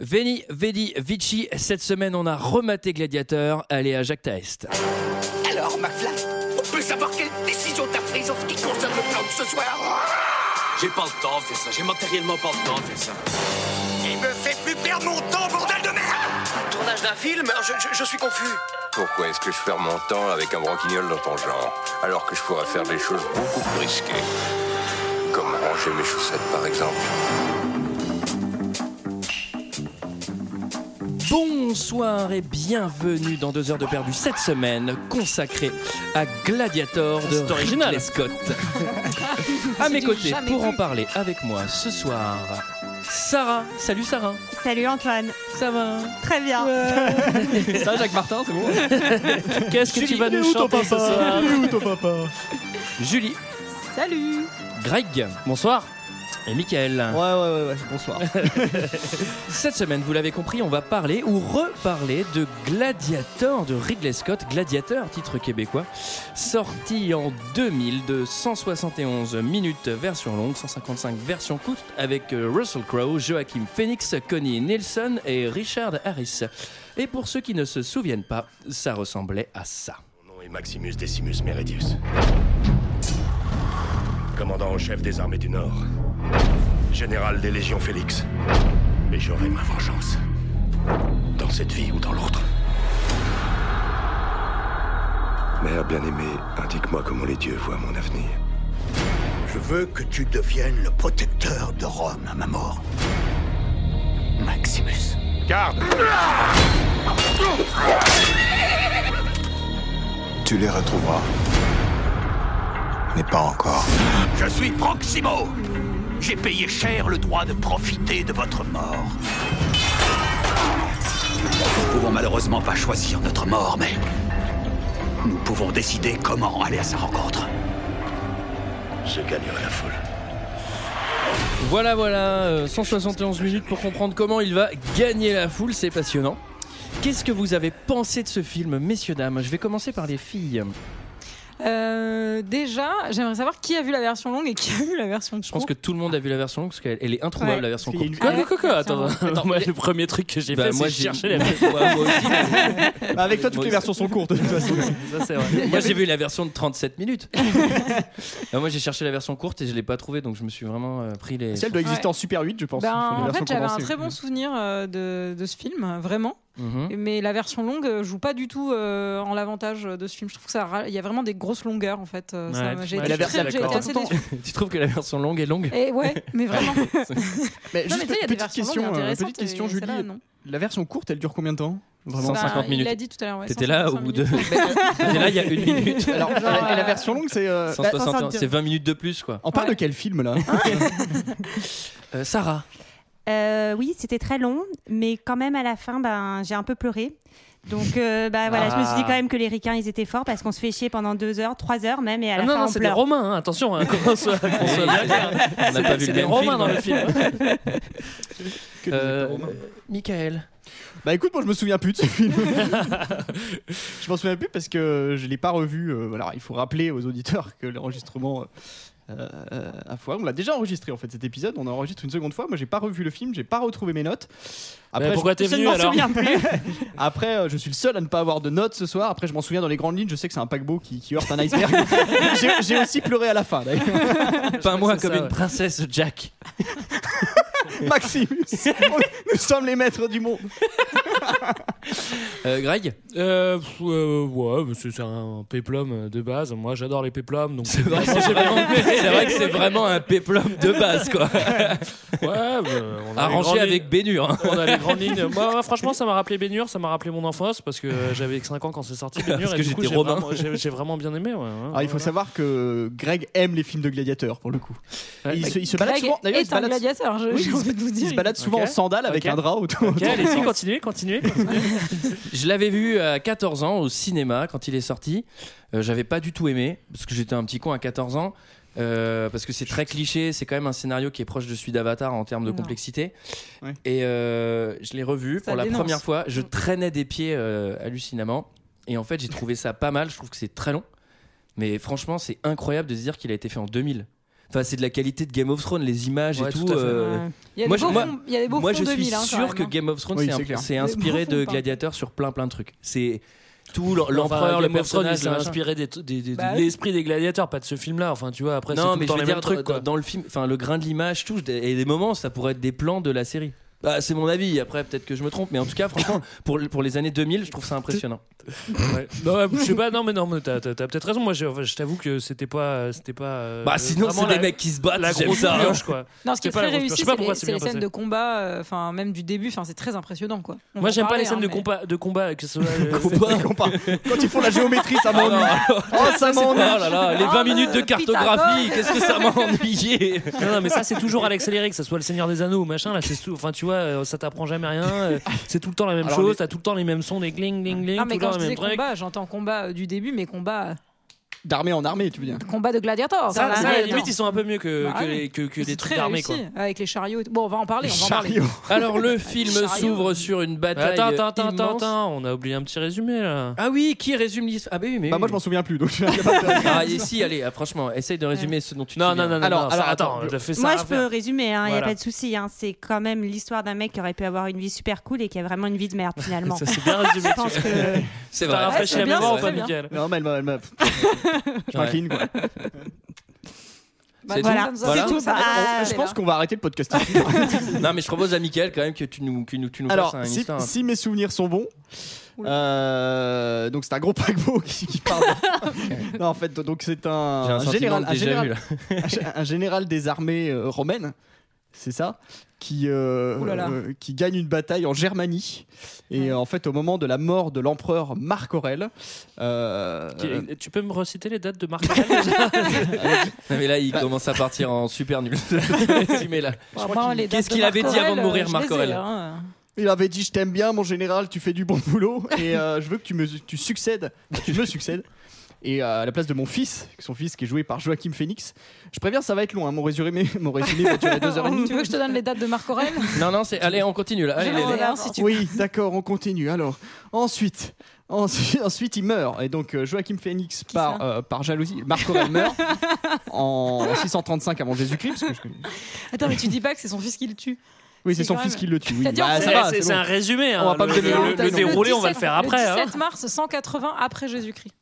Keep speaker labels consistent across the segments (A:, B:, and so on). A: Veni, Vedi, Vici, cette semaine on a rematé Gladiateur, allez à Jacques Taest.
B: Alors, McFly, on peut savoir quelle décision t'as prise en ce qui concerne le plan de ce soir
C: J'ai pas le temps de faire ça, j'ai matériellement pas le temps de faire ça.
B: Il me fait plus perdre mon temps, bordel de merde
D: Tournage d'un film je, je- je suis confus.
E: Pourquoi est-ce que je perds mon temps avec un broquignol dans ton genre Alors que je pourrais faire des choses beaucoup plus risquées. Comme ranger mes chaussettes par exemple.
A: Bonsoir et bienvenue dans 2 heures de perdu cette semaine consacrée à Gladiator de
C: C'est original.
A: Ridley Scott. à mes
F: du
A: côtés
F: jamais
A: pour
F: vu.
A: en parler avec moi ce soir. Sarah, salut Sarah.
G: Salut Antoine,
A: Ça va
G: très bien.
A: Ça Jacques Martin, c'est bon. Qu'est-ce que tu vas nous
H: où ton
A: chanter ce
H: papa
A: soir
H: Il est où ton papa
A: Julie,
F: Salut
A: Greg, bonsoir. Et Michael.
H: Ouais, ouais, ouais, ouais, bonsoir.
A: Cette semaine, vous l'avez compris, on va parler ou reparler de Gladiator de Ridley Scott, Gladiator, titre québécois, sorti en 2000 de 171 minutes version longue, 155 version courte, avec euh, Russell Crowe, Joachim Phoenix, Connie Nielsen et Richard Harris. Et pour ceux qui ne se souviennent pas, ça ressemblait à ça.
I: Mon nom est Maximus Decimus Meridius. Commandant en chef des armées du Nord. Général des Légions Félix. Et j'aurai ma vengeance. Dans cette vie ou dans l'autre.
E: Mère bien-aimée, indique-moi comment les dieux voient mon avenir.
B: Je veux que tu deviennes le protecteur de Rome à ma mort. Maximus.
I: Garde
E: Tu les retrouveras. Mais pas encore.
B: Je suis Proximo J'ai payé cher le droit de profiter de votre mort. Nous pouvons malheureusement pas choisir notre mort, mais... Nous pouvons décider comment aller à sa rencontre.
I: Je gagnerai la foule.
A: Voilà, voilà, euh, 171 minutes pour comprendre comment il va gagner la foule, c'est passionnant. Qu'est-ce que vous avez pensé de ce film, messieurs, dames Je vais commencer par les filles.
F: Euh, Déjà, j'aimerais savoir qui a vu la version longue et qui a vu la version
A: Je pense
F: courte.
A: que tout le monde a vu la version longue parce qu'elle elle est introuvable,
G: Ouais.
A: la version
H: Parce
A: courte.
H: qu'il y a
F: une- Quoi, quoi, quoi, attends.
C: Attends, moi, le premier truc que j'ai
A: Bah,
C: fait, c'est
A: j'ai-
C: chercher la
A: Ouais, moi aussi, mais-
H: Bah, avec toi, toutes les versions sont courtes de toute façon.
A: ça, c'est vrai. Moi, j'ai vu la version de 37 minutes. Non, moi, j'ai cherché la version courte et je l'ai pas trouvée, donc je me suis vraiment euh, pris les.
H: Celle doit exister
F: Ouais.
H: en Super 8, je pense.
F: Ben,
H: Les
F: en
H: versions
F: fait, j'avais un
H: condensées.
F: très bon souvenir euh, de, de ce film, euh, vraiment.
A: Mhm.
F: Mais la version longue euh, joue pas du tout euh, en l'avantage euh, de ce film. Je trouve que ça, ra- il y a vraiment des grosses longueurs en fait. Euh, ça
C: Ouais,
F: m'a- J'ai
C: ouais,
F: été
C: la
F: très-
C: version-
F: j'ai été
C: d'accord.
F: assez déçue.
A: Tu trouves que la version longue est longue
F: Et ouais, mais vraiment.
H: Mais
F: Non,
H: juste
F: mais tu sais, il y a des
H: petite
F: versions
H: question,
F: longues
H: euh,
F: intéressantes.
H: petite question,
F: et
H: Julie.
F: celle-là, non.
H: La version courte, elle dure combien de temps Vraiment
A: 150
F: Bah, Il
A: minutes.
F: l'a dit tout à l'heure. ouais,
A: T'étais là au
F: 155
A: bout de.
F: minutes. Bah,
A: T'étais là il y a une minute.
H: Alors, et la, et la version longue, c'est. euh,
A: 161,
G: 172.
A: c'est 20 minutes de plus, quoi.
H: On parle
F: Ouais. Hein
H: de quel film là
A: Euh, Sarah.
G: Euh, oui, c'était très long, mais quand même à la fin, ben, j'ai un peu pleuré. Donc euh, bah, voilà, je me suis
A: Ah.
G: dit quand même que les ricains, ils étaient forts parce qu'on se fait chier pendant deux heures, trois heures même, et à la
C: non,
G: fin,
C: non,
G: on
C: c'est des
G: pleure.
C: Romains, hein, attention, hein, qu'on soit, qu'on soit bien clair.
A: On n'a pas vu le
C: C'est des
A: même
C: Romains
A: film. hein.
C: dans le film. Euh,
H: Que des
A: Euh,
H: acteurs romains.
A: Michael.
H: Bah écoute, moi je me souviens plus de ce film. je m'en souviens plus parce que je l'ai pas revu. euh, alors il faut rappeler aux auditeurs que l'enregistrement euh, euh, à foire, on l'a déjà enregistré en fait cet épisode. On enregistre une seconde fois. Moi j'ai pas revu le film, j'ai pas retrouvé mes notes.
C: Bah, pourquoi
H: je-
C: t'es
H: je
C: venu,
H: m'en
C: alors
H: souviens plus. Après, euh, je suis le seul à ne pas avoir de notes ce soir. Après, je m'en souviens dans les grandes lignes. Je sais que c'est un paquebot qui, qui heurte un iceberg. J'ai- j'ai aussi pleuré à la fin d'ailleurs.
A: Pas moi
C: c'est
A: comme
C: ça,
A: une
C: ouais.
A: princesse, Jack.
H: Maximus, on- nous sommes les maîtres du monde.
A: Euh, Greg.
C: Euh, pff, euh, ouais, mais c'est c'est un péplum de base. Moi, j'adore les péplums, donc
A: C'est
C: c'est
A: vraiment- c'est vrai que c'est vraiment un péplum de base, quoi.
C: Ouais, mais on a les
A: Arrangé
C: grandes
A: avec hein. Bénur.
C: lignes- On a les grandes lignes. Moi, moi, franchement, ça m'a rappelé Bénure, ça m'a rappelé mon enfance parce que j'avais 5 ans quand c'est sorti Bénure.
A: Parce
C: et
A: que
C: du coup,
A: j'étais
C: j'ai
A: romain.
C: vraiment- J'ai j'ai vraiment bien aimé. ouais, ouais,
F: Ah,
H: Alors, Ah, il faut
C: voilà.
H: savoir que Greg aime les films de gladiateurs pour le coup. Et il, se, il se balade
F: bah, Greg
H: souvent. D'ailleurs, il
F: est
H: se
F: un
H: balade
F: gladiateur, je-
H: Oui,
F: j'ai
H: il se-
F: envie de vous
H: Il
F: dire.
H: se balade souvent
C: Ok.
H: en sandales avec
C: Ok.
H: un drap autour.
C: Ok, allez-y, continuez, continuez.
A: Je l'avais vu à 14 ans au cinéma quand il est sorti. Euh, J'avais pas du tout aimé parce que j'étais un petit con à 14 ans. euh, parce que c'est très cliché, c'est quand même un scénario qui est proche de celui d'Avatar en termes de
F: Non.
A: complexité.
H: Ouais.
A: Et euh, je l'ai revu
F: Ça
A: pour la
F: dénonce.
A: première fois. Je traînais des pieds euh, hallucinamment. Et en fait, j'ai trouvé ça pas mal. Je trouve que c'est très long. Mais franchement, c'est incroyable de se dire qu'il a été fait en 2000. Enfin, c'est de la qualité de Game of Thrones, les images
C: Ouais,
A: et tout.
C: tout à fait.
A: euh,
F: Il y a
A: Moi,
F: des
A: je-
F: beaux
A: moi-
F: fonds- il y a des beaux
A: Moi,
F: fonds
A: je suis
F: 2000, hein, quand
A: sûr que
F: même, hein.
A: Game of Thrones
H: Oui,
A: c'est
H: c'est
A: un-
H: clair.
A: c'est inspiré
F: bons fonds
A: de
F: pas.
A: Gladiator sur plein plein de trucs. C'est tout l'em- l'empereur,
C: Enfin,
A: le
C: Game of Thrones,
A: personnage,
C: il s'est
A: le machin.
C: inspiré des- des- des-
F: Bah
C: de
F: oui.
C: l'esprit des gladiateurs, pas de ce film-là. Enfin, tu vois, après, c'est
A: Non, mais
C: tout le
A: je
C: temps
A: veux
C: les
A: dire
C: mêmes
A: truc
C: trucs, quoi.
A: dans le film, enfin le grain de l'image, tout et des moments, ça pourrait être des plans de la série. Bah, c'est mon avis. Après, peut-être que je me trompe, mais en tout cas, franchement, pour, pour les années 2000, je trouve ça impressionnant.
C: Ouais. Non, ouais, je sais pas, non, mais non, mais t'as, t'as- t'as peut-être raison. Moi, je, enfin, je t'avoue que c'était pas. euh, C'était pas euh,
A: Bah, sinon,
C: vraiment
A: c'est des
C: la-
A: mecs qui se battent.
C: La
A: j'aime
C: grosse
A: ça. hein.
C: pioche, quoi.
F: Non, ce
C: C'était
F: qui est
C: pas
F: très
C: la grosse- je sais
F: réussi,
C: pas
F: c'est
C: pourquoi
F: les,
C: c'est
F: c'est
C: bien
F: les scènes
C: passé.
F: de combat, euh, enfin même du début, enfin c'est très impressionnant quoi. On va
C: Moi,
F: en
C: j'aime pas les
F: parler,
C: scènes
F: hein,
C: de,
F: mais-
C: combat, de combat, que ce soit. euh,
A: Combat.
H: Quand ils font la géométrie, ça
A: Ah, non,
H: m'ennuie.
A: alors,
H: Oh, ça
A: oh
H: m'ennuie.
A: là là, les 20
F: Ah,
A: minutes de
F: euh,
A: cartographie,
F: Pythagore.
A: qu'est-ce que ça m'a ennuyé
C: Non, non, mais ça, c'est toujours à l'accéléré, que ce soit le Seigneur des Anneaux ou machin. Là, c'est tout. Enfin, tu vois, euh, ça t'apprend jamais rien. euh, C'est tout le temps la même
H: Alors,
C: chose.
H: les-
C: T'as tout le temps les mêmes sons, les gling, gling, gling.
F: Non
C: tout
F: mais
C: le temps
F: quand je
C: les
F: disais
C: mêmes trucs.
F: combat, j'entends combat euh, du début, mais combat,
H: D'armée en armée, tu veux dire.
F: combat de gladiateurs.
C: Ça,
F: Enfin,
C: ça,
F: là,
C: à la
F: attends.
C: limite, ils sont un peu mieux que,
F: Bah,
C: que,
F: ouais.
C: les- que, que
F: C'est
C: des trucs
F: très
C: d'armée,
F: réussi,
C: quoi.
F: avec les chariots. et tout. Bon, on va en parler. On va en parler.
H: Chariot.
A: Alors, le film
F: Chariot.
A: s'ouvre sur une bataille.
C: Attends, attends, attends,
A: immense.
C: attends, attends, hein, on a oublié un petit résumé là.
A: Ah oui, qui résume l'histoire Ah, bah oui, mais.
H: Bah, moi,
A: oui.
H: je m'en souviens plus. Donc, y a pas de-
A: Ah, et si, allez, ah, franchement, essaye de résumer ce dont tu te
C: Non,
A: souviens.
C: non, non, non,
H: Alors,
C: non,
H: alors,
C: ça- attends,
H: attends,
C: je fais ça.
G: Moi,
C: à
G: je
C: faire.
G: peux résumer, il n'y
C: Voilà.
G: a pas de souci. hein. C'est quand même l'histoire d'un mec qui aurait pu avoir une vie super cool et qui a vraiment une vie de merde finalement.
C: Ça, c'est bien résumé.
G: Je pense que
A: C'est
C: T'as
A: vrai.
C: rafraîchi
F: c'est
C: la
F: bien,
C: mémoire ou
F: c'est
C: pas,
F: bien.
C: Miguel
H: Non, mais elle m'a. elle m'a- Je
A: Ouais.
H: m'incline, quoi.
F: Bah,
A: C'est
F: voilà.
A: tout.
F: Ça,
A: Voilà.
F: c'est tout.
G: Bah,
F: Ça,
H: Je
F: c'est
H: pense
F: là.
H: qu'on va arrêter le podcast. ici.
A: Non, mais je propose à Mickaël quand même que tu nous, que nous, tu nous
H: Alors,
A: fasses une
H: si,
A: histoire.
H: si mes souvenirs sont bons,
F: Oula.
H: euh, donc c'est un gros paquebot qui, qui part. non, en fait, donc c'est un,
A: J'ai un
H: un général, un,
A: déjà vu
H: général,
A: là.
H: un gé- un général des armées euh, romaines, c'est ça, qui, euh,
F: Ouh là là.
H: euh, qui gagne une bataille en Germanie. Et
F: Ouais.
H: euh, en fait, au moment de la mort de l'empereur Marc Aurèle, euh,
C: Qui-
H: euh,
C: Tu peux me reciter les dates de Marc Aurèle, déjà
A: Non, mais là, il commence à partir en super nul. Si, mais là.
F: Bon, moi, les
A: qu'est-ce
F: dates de
A: qu'il avait
F: Marc
A: dit avant de
F: Aurèle,
A: mourir,
F: euh, je
A: Marc
F: les ai,
A: Aurèle
F: hein.
H: il avait dit Je t'aime bien, mon général, tu fais du bon boulot, et euh, je veux que tu me tu succèdes, tu me succèdes. Et euh, à la place de mon fils, son fils qui est joué par Joachim Phoenix, je préviens, ça va être long, hein, mon résumé, mon résumé va durer deux heures et demie.
F: Tu veux que je te donne les dates de Marc Aurèle
A: Non, non, c'est. Allez, on continue là. Allez,
F: Je
A: les-
F: les ai, hein, si tu veux.
H: Oui, d'accord, on continue. Alors, ensuite, ensuite, ensuite, il meurt. Et donc, euh, Joachim Phoenix, par, euh, par jalousie, Marc Aurèle meurt en 635 avant Jésus-Christ. parce que je connais-
F: Attends, mais tu dis pas que c'est son fils qui le tue.
H: Oui, c'est
F: C'est
H: son
F: quand
H: fils
F: même-
H: qui le tue. oui.
F: T'as dit en
H: Bah,
F: fait-
H: ça
C: C'est-
H: va,
C: C'est
H: c'est
C: c'est
H: bon.
C: un résumé.
H: On
C: hein,
H: va pas
C: le-
H: me donner
C: le-
H: la
C: le-
H: date,
C: Le
H: non.
C: déroulé, on va le
F: 17
C: faire après.
F: Le
C: hein.
F: 17 mars 180 après Jésus-Christ.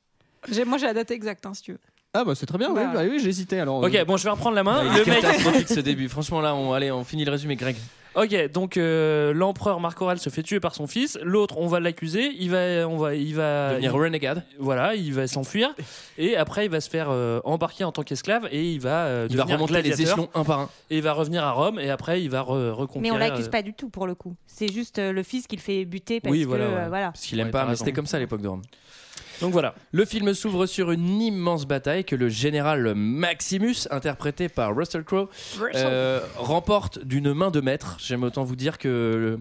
F: J'ai- Moi, j'ai la date exacte, hein, si tu veux.
H: Ah, bah, c'est très bien, oui,
F: Voilà.
H: bah oui, j'hésitais. Alors, euh,
C: Ok, bon, je vais reprendre la main.
A: Il est
C: Le mec.
A: catastrophique ce début. Franchement, là, on, allez, on finit le résumé, Greg.
C: Ok, donc euh, l'empereur Marc Aurèle se fait tuer par son fils. L'autre, on va l'accuser. Il va, on va, il va
A: Devenir renegade.
C: Voilà, il va s'enfuir et après il va se faire euh, embarquer en tant qu'esclave et il va euh,
A: Il va
C: devenir
A: remonter les
C: gladiateur
A: échelons un par un.
C: et il va revenir à Rome et après il va re-
G: Mais
C: reconquérir.
G: on l'accuse
C: euh,
G: pas du tout pour le coup. C'est juste euh, le fils qui le fait buter parce
C: Oui,
G: que
C: voilà,
G: euh,
C: ouais.
G: voilà.
A: Parce qu'il aime
C: Ouais,
A: pas,
C: t'as
A: mais
C: raison.
A: c'était comme ça à l'époque de Rome.
C: Donc voilà.
A: Le film s'ouvre sur une immense bataille que le général Maximus, interprété par Russell Crowe, euh, remporte d'une main de maître. J'aime autant vous dire que. le-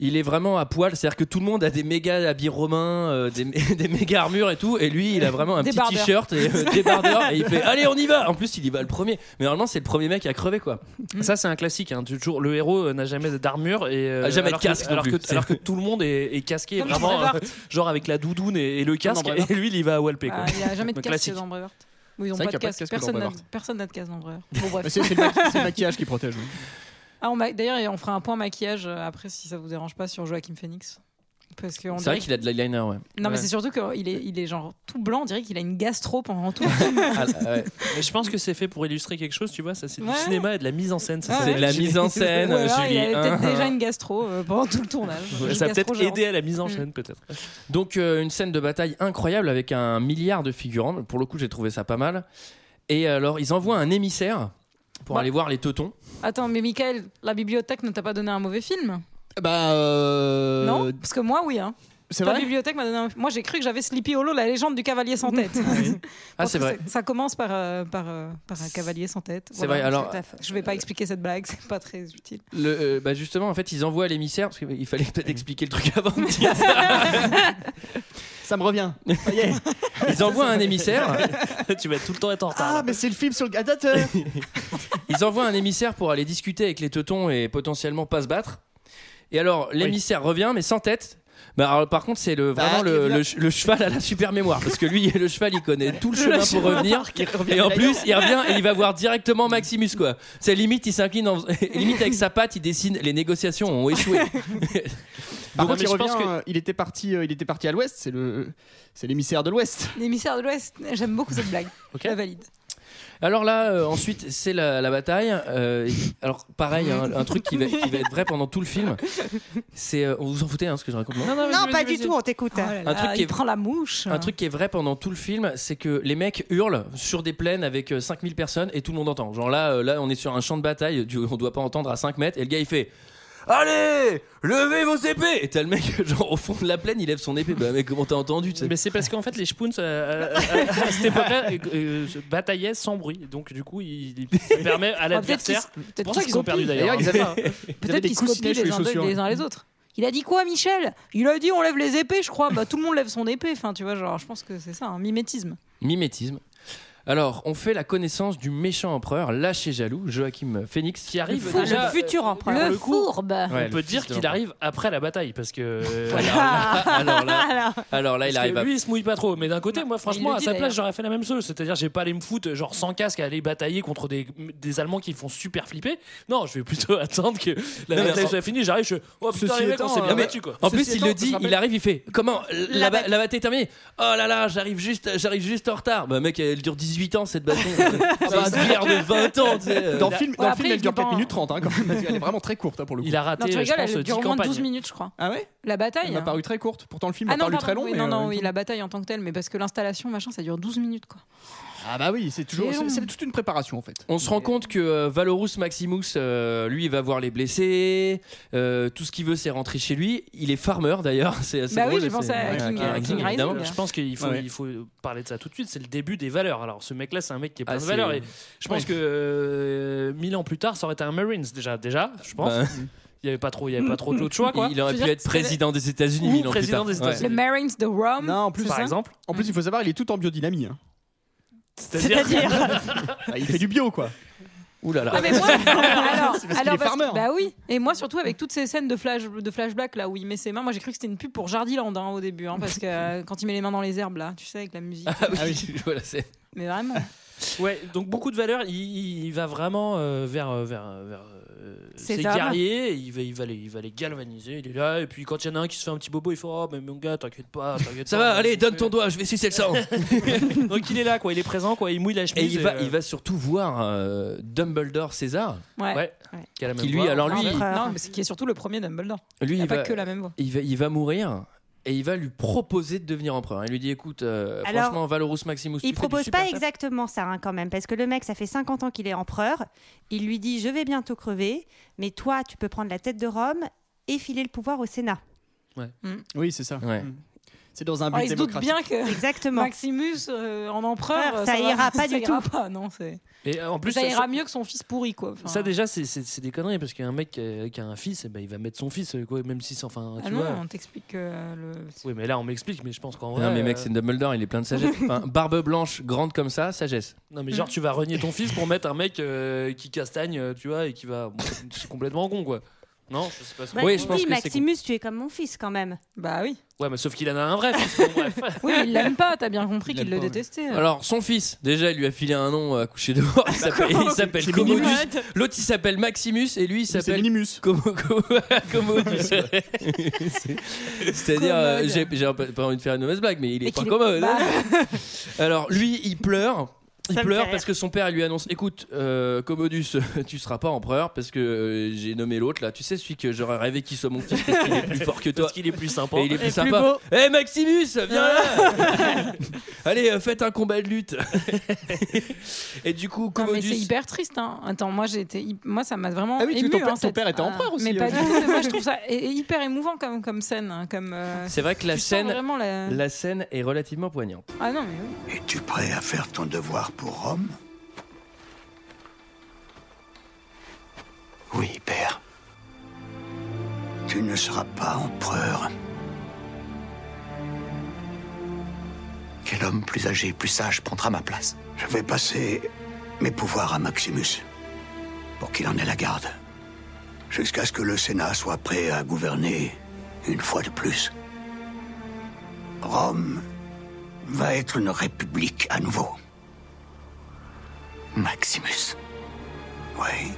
A: Il est vraiment à poil, c'est-à-dire que tout le monde a des méga habits romains, euh, des, mé- des méga armures et tout, et lui il a vraiment un
F: Des
A: petit
F: barbeurs.
A: t-shirt et euh, des barbeurs, et il fait allez on y va. En plus il y va le premier, mais normalement c'est le premier mec à crever quoi.
C: Ça c'est un classique. hein, toujours, le héros euh, n'a jamais d'armure et euh,
A: Ah, jamais de
C: alors
A: casque
C: Que,
A: non
C: alors,
A: plus.
C: que,
A: C'est-
C: alors que tout le monde est, est casqué
F: Comme
C: vraiment,
F: dans Brevard.
C: euh, genre avec la doudoune et, et le casque.
H: Brevard.
C: Et lui il y va à Walpé. quoi.
F: Ah, Il n'y a jamais de
C: Donc,
F: casque
C: classique.
F: dans Brevard. Oui, ils ont
H: C'est
F: pas
H: vrai
F: de
H: qu'il y a pas
F: casque.
H: de casque dans
F: Personne n'a-
H: Brevard.
F: personne n'a de casque dans Brevard. Bon, bref.
H: mais C'est c'est le, maqui- c'est le maquillage qui protège. oui.
F: Ah, on m'a- D'ailleurs, on fera un point maquillage euh, après si ça vous dérange pas sur Joachim Phoenix. Parce que on
A: C'est vrai
F: dirait-
A: qu'il a de l'eyeliner, ouais.
F: Non, mais
C: Ouais.
F: c'est surtout qu'il est, il est genre tout blanc, on dirait qu'il a une gastro pendant tout.
A: Ah, ouais.
C: Mais je pense que c'est fait pour illustrer quelque chose. Tu vois, ça c'est du
F: Ouais.
C: cinéma et de la mise en scène. Ça,
F: Ah
C: ça-
A: C'est de la mise en scène,
F: Ou alors,
A: Julie.
F: il avait peut-être
A: hein.
F: déjà une gastro euh, pendant tout le tournage. Une
C: ça a peut-être
F: gastro géante.
C: aidé à la mise en scène peut-être.
A: Donc euh, une scène de bataille incroyable avec un milliard de figurants. Pour le coup, j'ai trouvé ça pas mal. Et alors, ils envoient un émissaire pour
F: Bah.
A: aller voir les teutons.
F: Attends, mais Michael, la bibliothèque ne t'a pas donné un mauvais film
H: Bah, euh,
F: Non Parce que moi, oui. Hein.
H: c'est
F: La
H: vrai.
F: bibliothèque m'a donné un... Moi, j'ai cru que j'avais Sleepy Hollow, la légende du cavalier sans tête.
A: Ah,
F: Parce
A: c'est
F: que
A: vrai.
F: Ça commence par, euh, par, euh, par un cavalier sans tête.
A: C'est
F: Voilà.
A: vrai. Alors,
F: Je vais pas expliquer cette blague, c'est pas très utile.
A: le, euh, bah, justement, en fait, ils envoient l'émissaire parce qu'il fallait peut-être expliquer le truc avant de dire ça.
H: Ça me revient.
A: Ils envoient un émissaire.
C: tu vas tout le temps être en retard. là.
H: Ah, mais c'est le film sur le gladiateur.
A: Ils envoient un émissaire pour aller discuter avec les teutons et potentiellement pas se battre. Et alors, l'émissaire revient, mais sans tête. Bah, alors, par contre, c'est le, vraiment
H: Bah,
A: le,
H: il va-
A: le ch- le cheval à la super mémoire. Parce que lui, le cheval, il connaît tout le chemin pour revenir. Et en plus, il revient et il va voir directement Maximus, quoi. C'est limite, il s'incline, en- limite avec sa patte, il dessine. Les négociations ont échoué.
H: Par
C: Non,
H: contre,
C: mais
H: il
C: je pense
H: revient,
C: que-
H: euh, il était parti, euh, il était parti à l'ouest. C'est le, c'est l'émissaire de l'ouest.
F: L'émissaire de l'Ouest, j'aime beaucoup cette blague.
C: Ok.
F: La valide.
A: Alors là, euh, ensuite, c'est la, la bataille. Euh, alors, pareil, hein, un truc qui va, qui va être vrai pendant tout le film. C'est, euh, vous vous en foutez, hein, ce que je raconte. non
C: Non,
G: Non, pas du tout, on t'écoute. hein.
A: Un truc qui
F: Oh il
A: est-
F: prend la mouche.
C: Ah.
A: Un truc qui est vrai pendant tout le film, c'est que les mecs hurlent sur des plaines avec euh, 5000 personnes et tout le monde entend. Genre là, euh, là on est sur un champ de bataille, du- on doit pas entendre à 5 mètres, et le gars il fait Allez, levez vos épées Et t'as le mec, genre au fond de la plaine, il lève son épée. Bah mec, comment t'as entendu tu sais
C: Mais c'est parce qu'en fait, les Spoons, euh, à, à- à cette époque-là, euh, euh, se bataillaient sans bruit. Donc, du coup, il, il se permet à
F: Ah, peut-être qu'ils
C: l'adversaire.
F: se- peut-être
C: C'est pour ça
F: qu'ils se
C: qu'ils ont perdu
F: copient.
C: d'ailleurs.
H: D'ailleurs, ils
C: hein.
H: avaient
F: Peut-être
H: des
F: qu'ils se
H: coussins
F: copient
H: sous
F: les
H: les
F: uns, d'eux-
H: chaussures. Mmh.
F: les uns les autres. Il a dit quoi, Michel Il a dit on lève les épées, je crois. Bah, tout le monde lève son épée. Enfin, tu vois, genre, je pense que c'est ça, un mimétisme.
A: Mimétisme. Alors, on fait la connaissance du méchant empereur lâché jaloux, Joachim Phoenix.
C: Qui arrive
F: Fou-
C: déjà. euh,
F: le futur empereur.
C: pour
F: Le,
C: le coup,
F: fourbe.
A: Ouais,
C: on
A: le
C: peut
A: fils
C: dire
A: de
C: qu'il
A: l'empereur.
C: arrive après la bataille parce que. euh,
A: alors là,
G: Alors,
A: alors là,
C: parce
A: il
C: que
A: arrive à
C: lui, il se mouille pas trop. Mais d'un côté, moi,
F: il
C: franchement,
F: le
C: à
F: dit
C: sa place,
F: d'ailleurs.
C: j'aurais fait la même chose. C'est-à-dire, j'ai pas allé me foutre, genre sans casque, à aller batailler contre des, des Allemands qui font super flipper. Non, je vais plutôt attendre que la
A: Non, mais
C: bataille
A: en-
C: soit finie. J'arrive, je. Oh putain,
H: Ceci
C: les mecs, on
H: étant,
C: s'est
H: euh,
C: bien
H: mais-
C: battus, quoi.
A: En
H: Ceci
A: plus, il
H: étant,
A: le
H: on
A: dit,
H: se rappelle-
A: il arrive, il fait Comment La,
G: La
A: ba-
G: bataille.
A: la bataille est terminée Oh là là, j'arrive juste, j'arrive juste en retard. Bah, mec, elle dure 18 ans cette bataille. Ah, C'est une guerre de 20 ans, tu sais. euh.
H: Dans le film, dans
F: Ouais,
H: le film
F: après,
H: elle dure
F: il dépend-
H: 4 minutes 30 hein, quand même. Elle est vraiment très courte hein, pour le coup.
C: Il a raté,
F: Non, tu
C: je
F: rigoles,
C: pense,
F: elle
C: 10
F: dure au moins
C: campagnes.
F: 12 minutes, je crois.
H: Ah ouais
F: La
H: Elle
F: bataille.
H: m'a
F: hein.
H: paru très courte. Pourtant, le film
F: Ah
H: a
F: non,
H: paru
F: pardon,
H: très long.
F: oui,
H: mais,
F: non, non,
H: euh,
F: oui, la bataille en tant que telle, mais parce que l'installation, machin, ça dure 12 minutes, quoi.
H: Ah bah oui, c'est toujours,
F: C'est long.
H: c'est c'est toute une préparation en fait.
A: On se rend compte que euh, Valorus Maximus, euh, lui, il va voir les blessés. euh, tout ce qu'il veut, c'est rentrer chez lui. Il est farmer d'ailleurs. C'est assez
F: Bah oui,
A: drôle,
F: j'ai
A: c'est-
F: pensé à
A: Ouais,
F: King- à King Rising,
A: évidemment.
F: là.
C: Je pense qu'il faut,
H: Ouais.
C: il faut parler de ça tout de suite. C'est le début des valeurs. Alors, ce mec-là, c'est un mec qui est plein
A: Ah,
C: de
A: c'est-
C: valeurs. Et je pense
H: Ouais.
C: que euh, mille ans plus tard, ça aurait été un Marines déjà. Déjà, je pense.
A: Bah,
C: Il n'y avait pas trop, il y avait pas trop d'autres choix, quoi.
A: il aurait
F: Je veux
A: pu
F: dire,
A: être
F: c'était-
A: président des États-Unis
C: Ou
A: mille ans plus
C: président
A: tard.
C: des
A: Ouais.
F: Les
C: États-Unis.
F: Marines de Rome.
H: Non, en plus,
C: Par
H: ça-
C: exemple.
H: en plus, il faut savoir, il est tout en biodynamie. hein.
G: C'est-à-dire
H: Ah, il fait du bio quoi.
A: Ouh là là.
F: Ah, mais moi, alors,
H: C'est parce qu'il
F: alors parce
H: est
F: que-
H: farmer.
F: bah oui, et moi surtout avec toutes ces scènes de flash de flashback là où il met ses mains, moi j'ai cru que c'était une pub pour Jardiland hein, au début, hein, parce que euh, quand il met les mains dans les herbes là, tu sais avec la musique,
A: Ah oui, voilà, c'est-
F: mais vraiment.
C: Ouais, donc beaucoup de valeurs. Il, il va vraiment euh, vers, euh, vers, euh, vers euh,
G: Ces
C: ses
G: hommes.
C: guerriers. et Il va, il, va les, il va les galvaniser. Il est là. Et puis quand il y en a un qui se fait un petit bobo, il fait Oh, mais mon gars, t'inquiète pas. t'inquiète
A: Ça
C: pas,
A: va,
C: moi,
A: allez,
C: je
A: donne
C: fais-
A: ton doigt, je vais sucer le sang.
C: Donc il est là, quoi. Il est présent, quoi. Il mouille la
A: Et
C: chemise.
A: il va,
C: euh,
A: il va surtout voir euh, Dumbledore César.
F: Ouais.
C: Ouais. qui a la même
A: Qui lui,
C: voix. Ah,
A: alors lui,
G: Empereur.
F: Non, mais c'est qui est surtout le premier Dumbledore.
A: lui,
F: Il
A: il
F: n'y a pas
A: va,
F: que la même voix.
A: il va, il va mourir et il va lui proposer de devenir empereur. Il lui dit écoute, euh,
G: Alors,
A: franchement, Valorus Maximus, tu fais
G: Il
A: du
G: propose
A: super
G: pas
A: taf.
G: exactement ça hein, quand même, parce que le mec, ça fait 50 ans qu'il est empereur. Il lui dit Je vais bientôt crever, mais toi, tu peux prendre la tête de Rome et filer le pouvoir au Sénat.
H: Oui, c'est ça.
A: Ouais.
H: Mm. C'est dans un but
F: Alors, Ah, il se doute
H: démocratique.
F: bien que
G: Exactement.
F: Maximus euh, en empereur,
G: Ça
F: va-
G: ira pas du
F: ça ira
G: tout.
F: pas, non, c'est-
C: Et euh, en plus,
F: ça
C: ça-
F: ira mieux que son fils pourri quoi. Enfin,
C: Ça déjà c'est- c'est c'est des conneries parce qu'un mec qui a, qui a un fils eh ben, il va mettre son fils euh, quoi même si c'est- enfin
F: ah
C: tu
F: non,
C: vois.
F: on t'explique que euh, le.
C: Oui mais là on m'explique mais je pense qu'en vrai
A: Non, mais mec,
C: euh,
A: c'est Dumbledore, il est plein de sagesse. Enfin, barbe blanche, grande comme ça, sagesse.
C: non mais genre tu vas renier ton fils pour mettre un mec euh, qui castagne euh, tu vois et qui va bon, c'est- c'est complètement con quoi. Non, je sais pas. ce que-
G: Bah,
A: Oui,
G: il
A: je pense
G: dit,
A: que c'est
G: Maximus, tu es comme mon fils quand même.
F: Bah oui.
C: Ouais, mais sauf qu'il en a un vrai. fils, bon, bref.
F: Oui, mais il l'aime pas, t'as bien compris
H: Il
F: qu'il
H: l'aime
F: le
H: pas, oui.
F: détestait.
A: Alors, son fils, déjà, il lui a filé un nom euh, à coucher dehors. Il s'appelle- il s'appelle Commodus. L'autre, il s'appelle Maximus et lui, il
H: C'est
A: s'appelle.
H: Minimus.
A: Commo- commo- Commodus. C'est- C'est-à-dire, euh,
F: Commode.
A: j'ai j'ai pas envie de faire une mauvaise blague, mais il est
F: Et
A: pas
F: qu'il est-
A: commode. hein.
F: Bah,
H: hein.
A: Alors lui, il pleure. Il
G: Ça me fait
A: pleure
G: rire.
A: parce que son père il lui annonce écoute euh, Commodus tu seras pas empereur parce que euh, j'ai nommé l'autre là tu sais celui que j'aurais rêvé qu'il soit mon fils parce qu'il est plus fort que toi
C: Parce qu'il est plus sympa.
A: et il est plus sympa Eh Maximus viens là allez euh, faites un combat de lutte et du coup
F: Non, mais c'est
A: Commodus
F: hyper triste. Hein. Attends, moi j'ai été, hy- moi ça m'a vraiment
H: Ah oui, parce que
F: ému.
H: ton père-
F: hein,
H: ton père était empereur aussi,
F: Mais
H: hein.
F: pas du tout. mais moi je trouve ça hy- hyper émouvant comme comme scène, hein, comme. euh,
A: c'est vrai que la
F: tu sens
A: scène
F: Vraiment la...
A: la scène est relativement poignante
F: Ah non mais
H: Euh.
F: oui.
B: Es-tu prêt à faire ton devoir pour Rome Oui, père. Tu ne seras pas empereur. Quel homme plus âgé, plus sage prendra ma place Je vais passer mes pouvoirs à Maximus pour qu'il en ait la garde. Jusqu'à ce que le Sénat soit prêt à gouverner une fois de plus. Rome va être une république à nouveau. Maximus. Oui.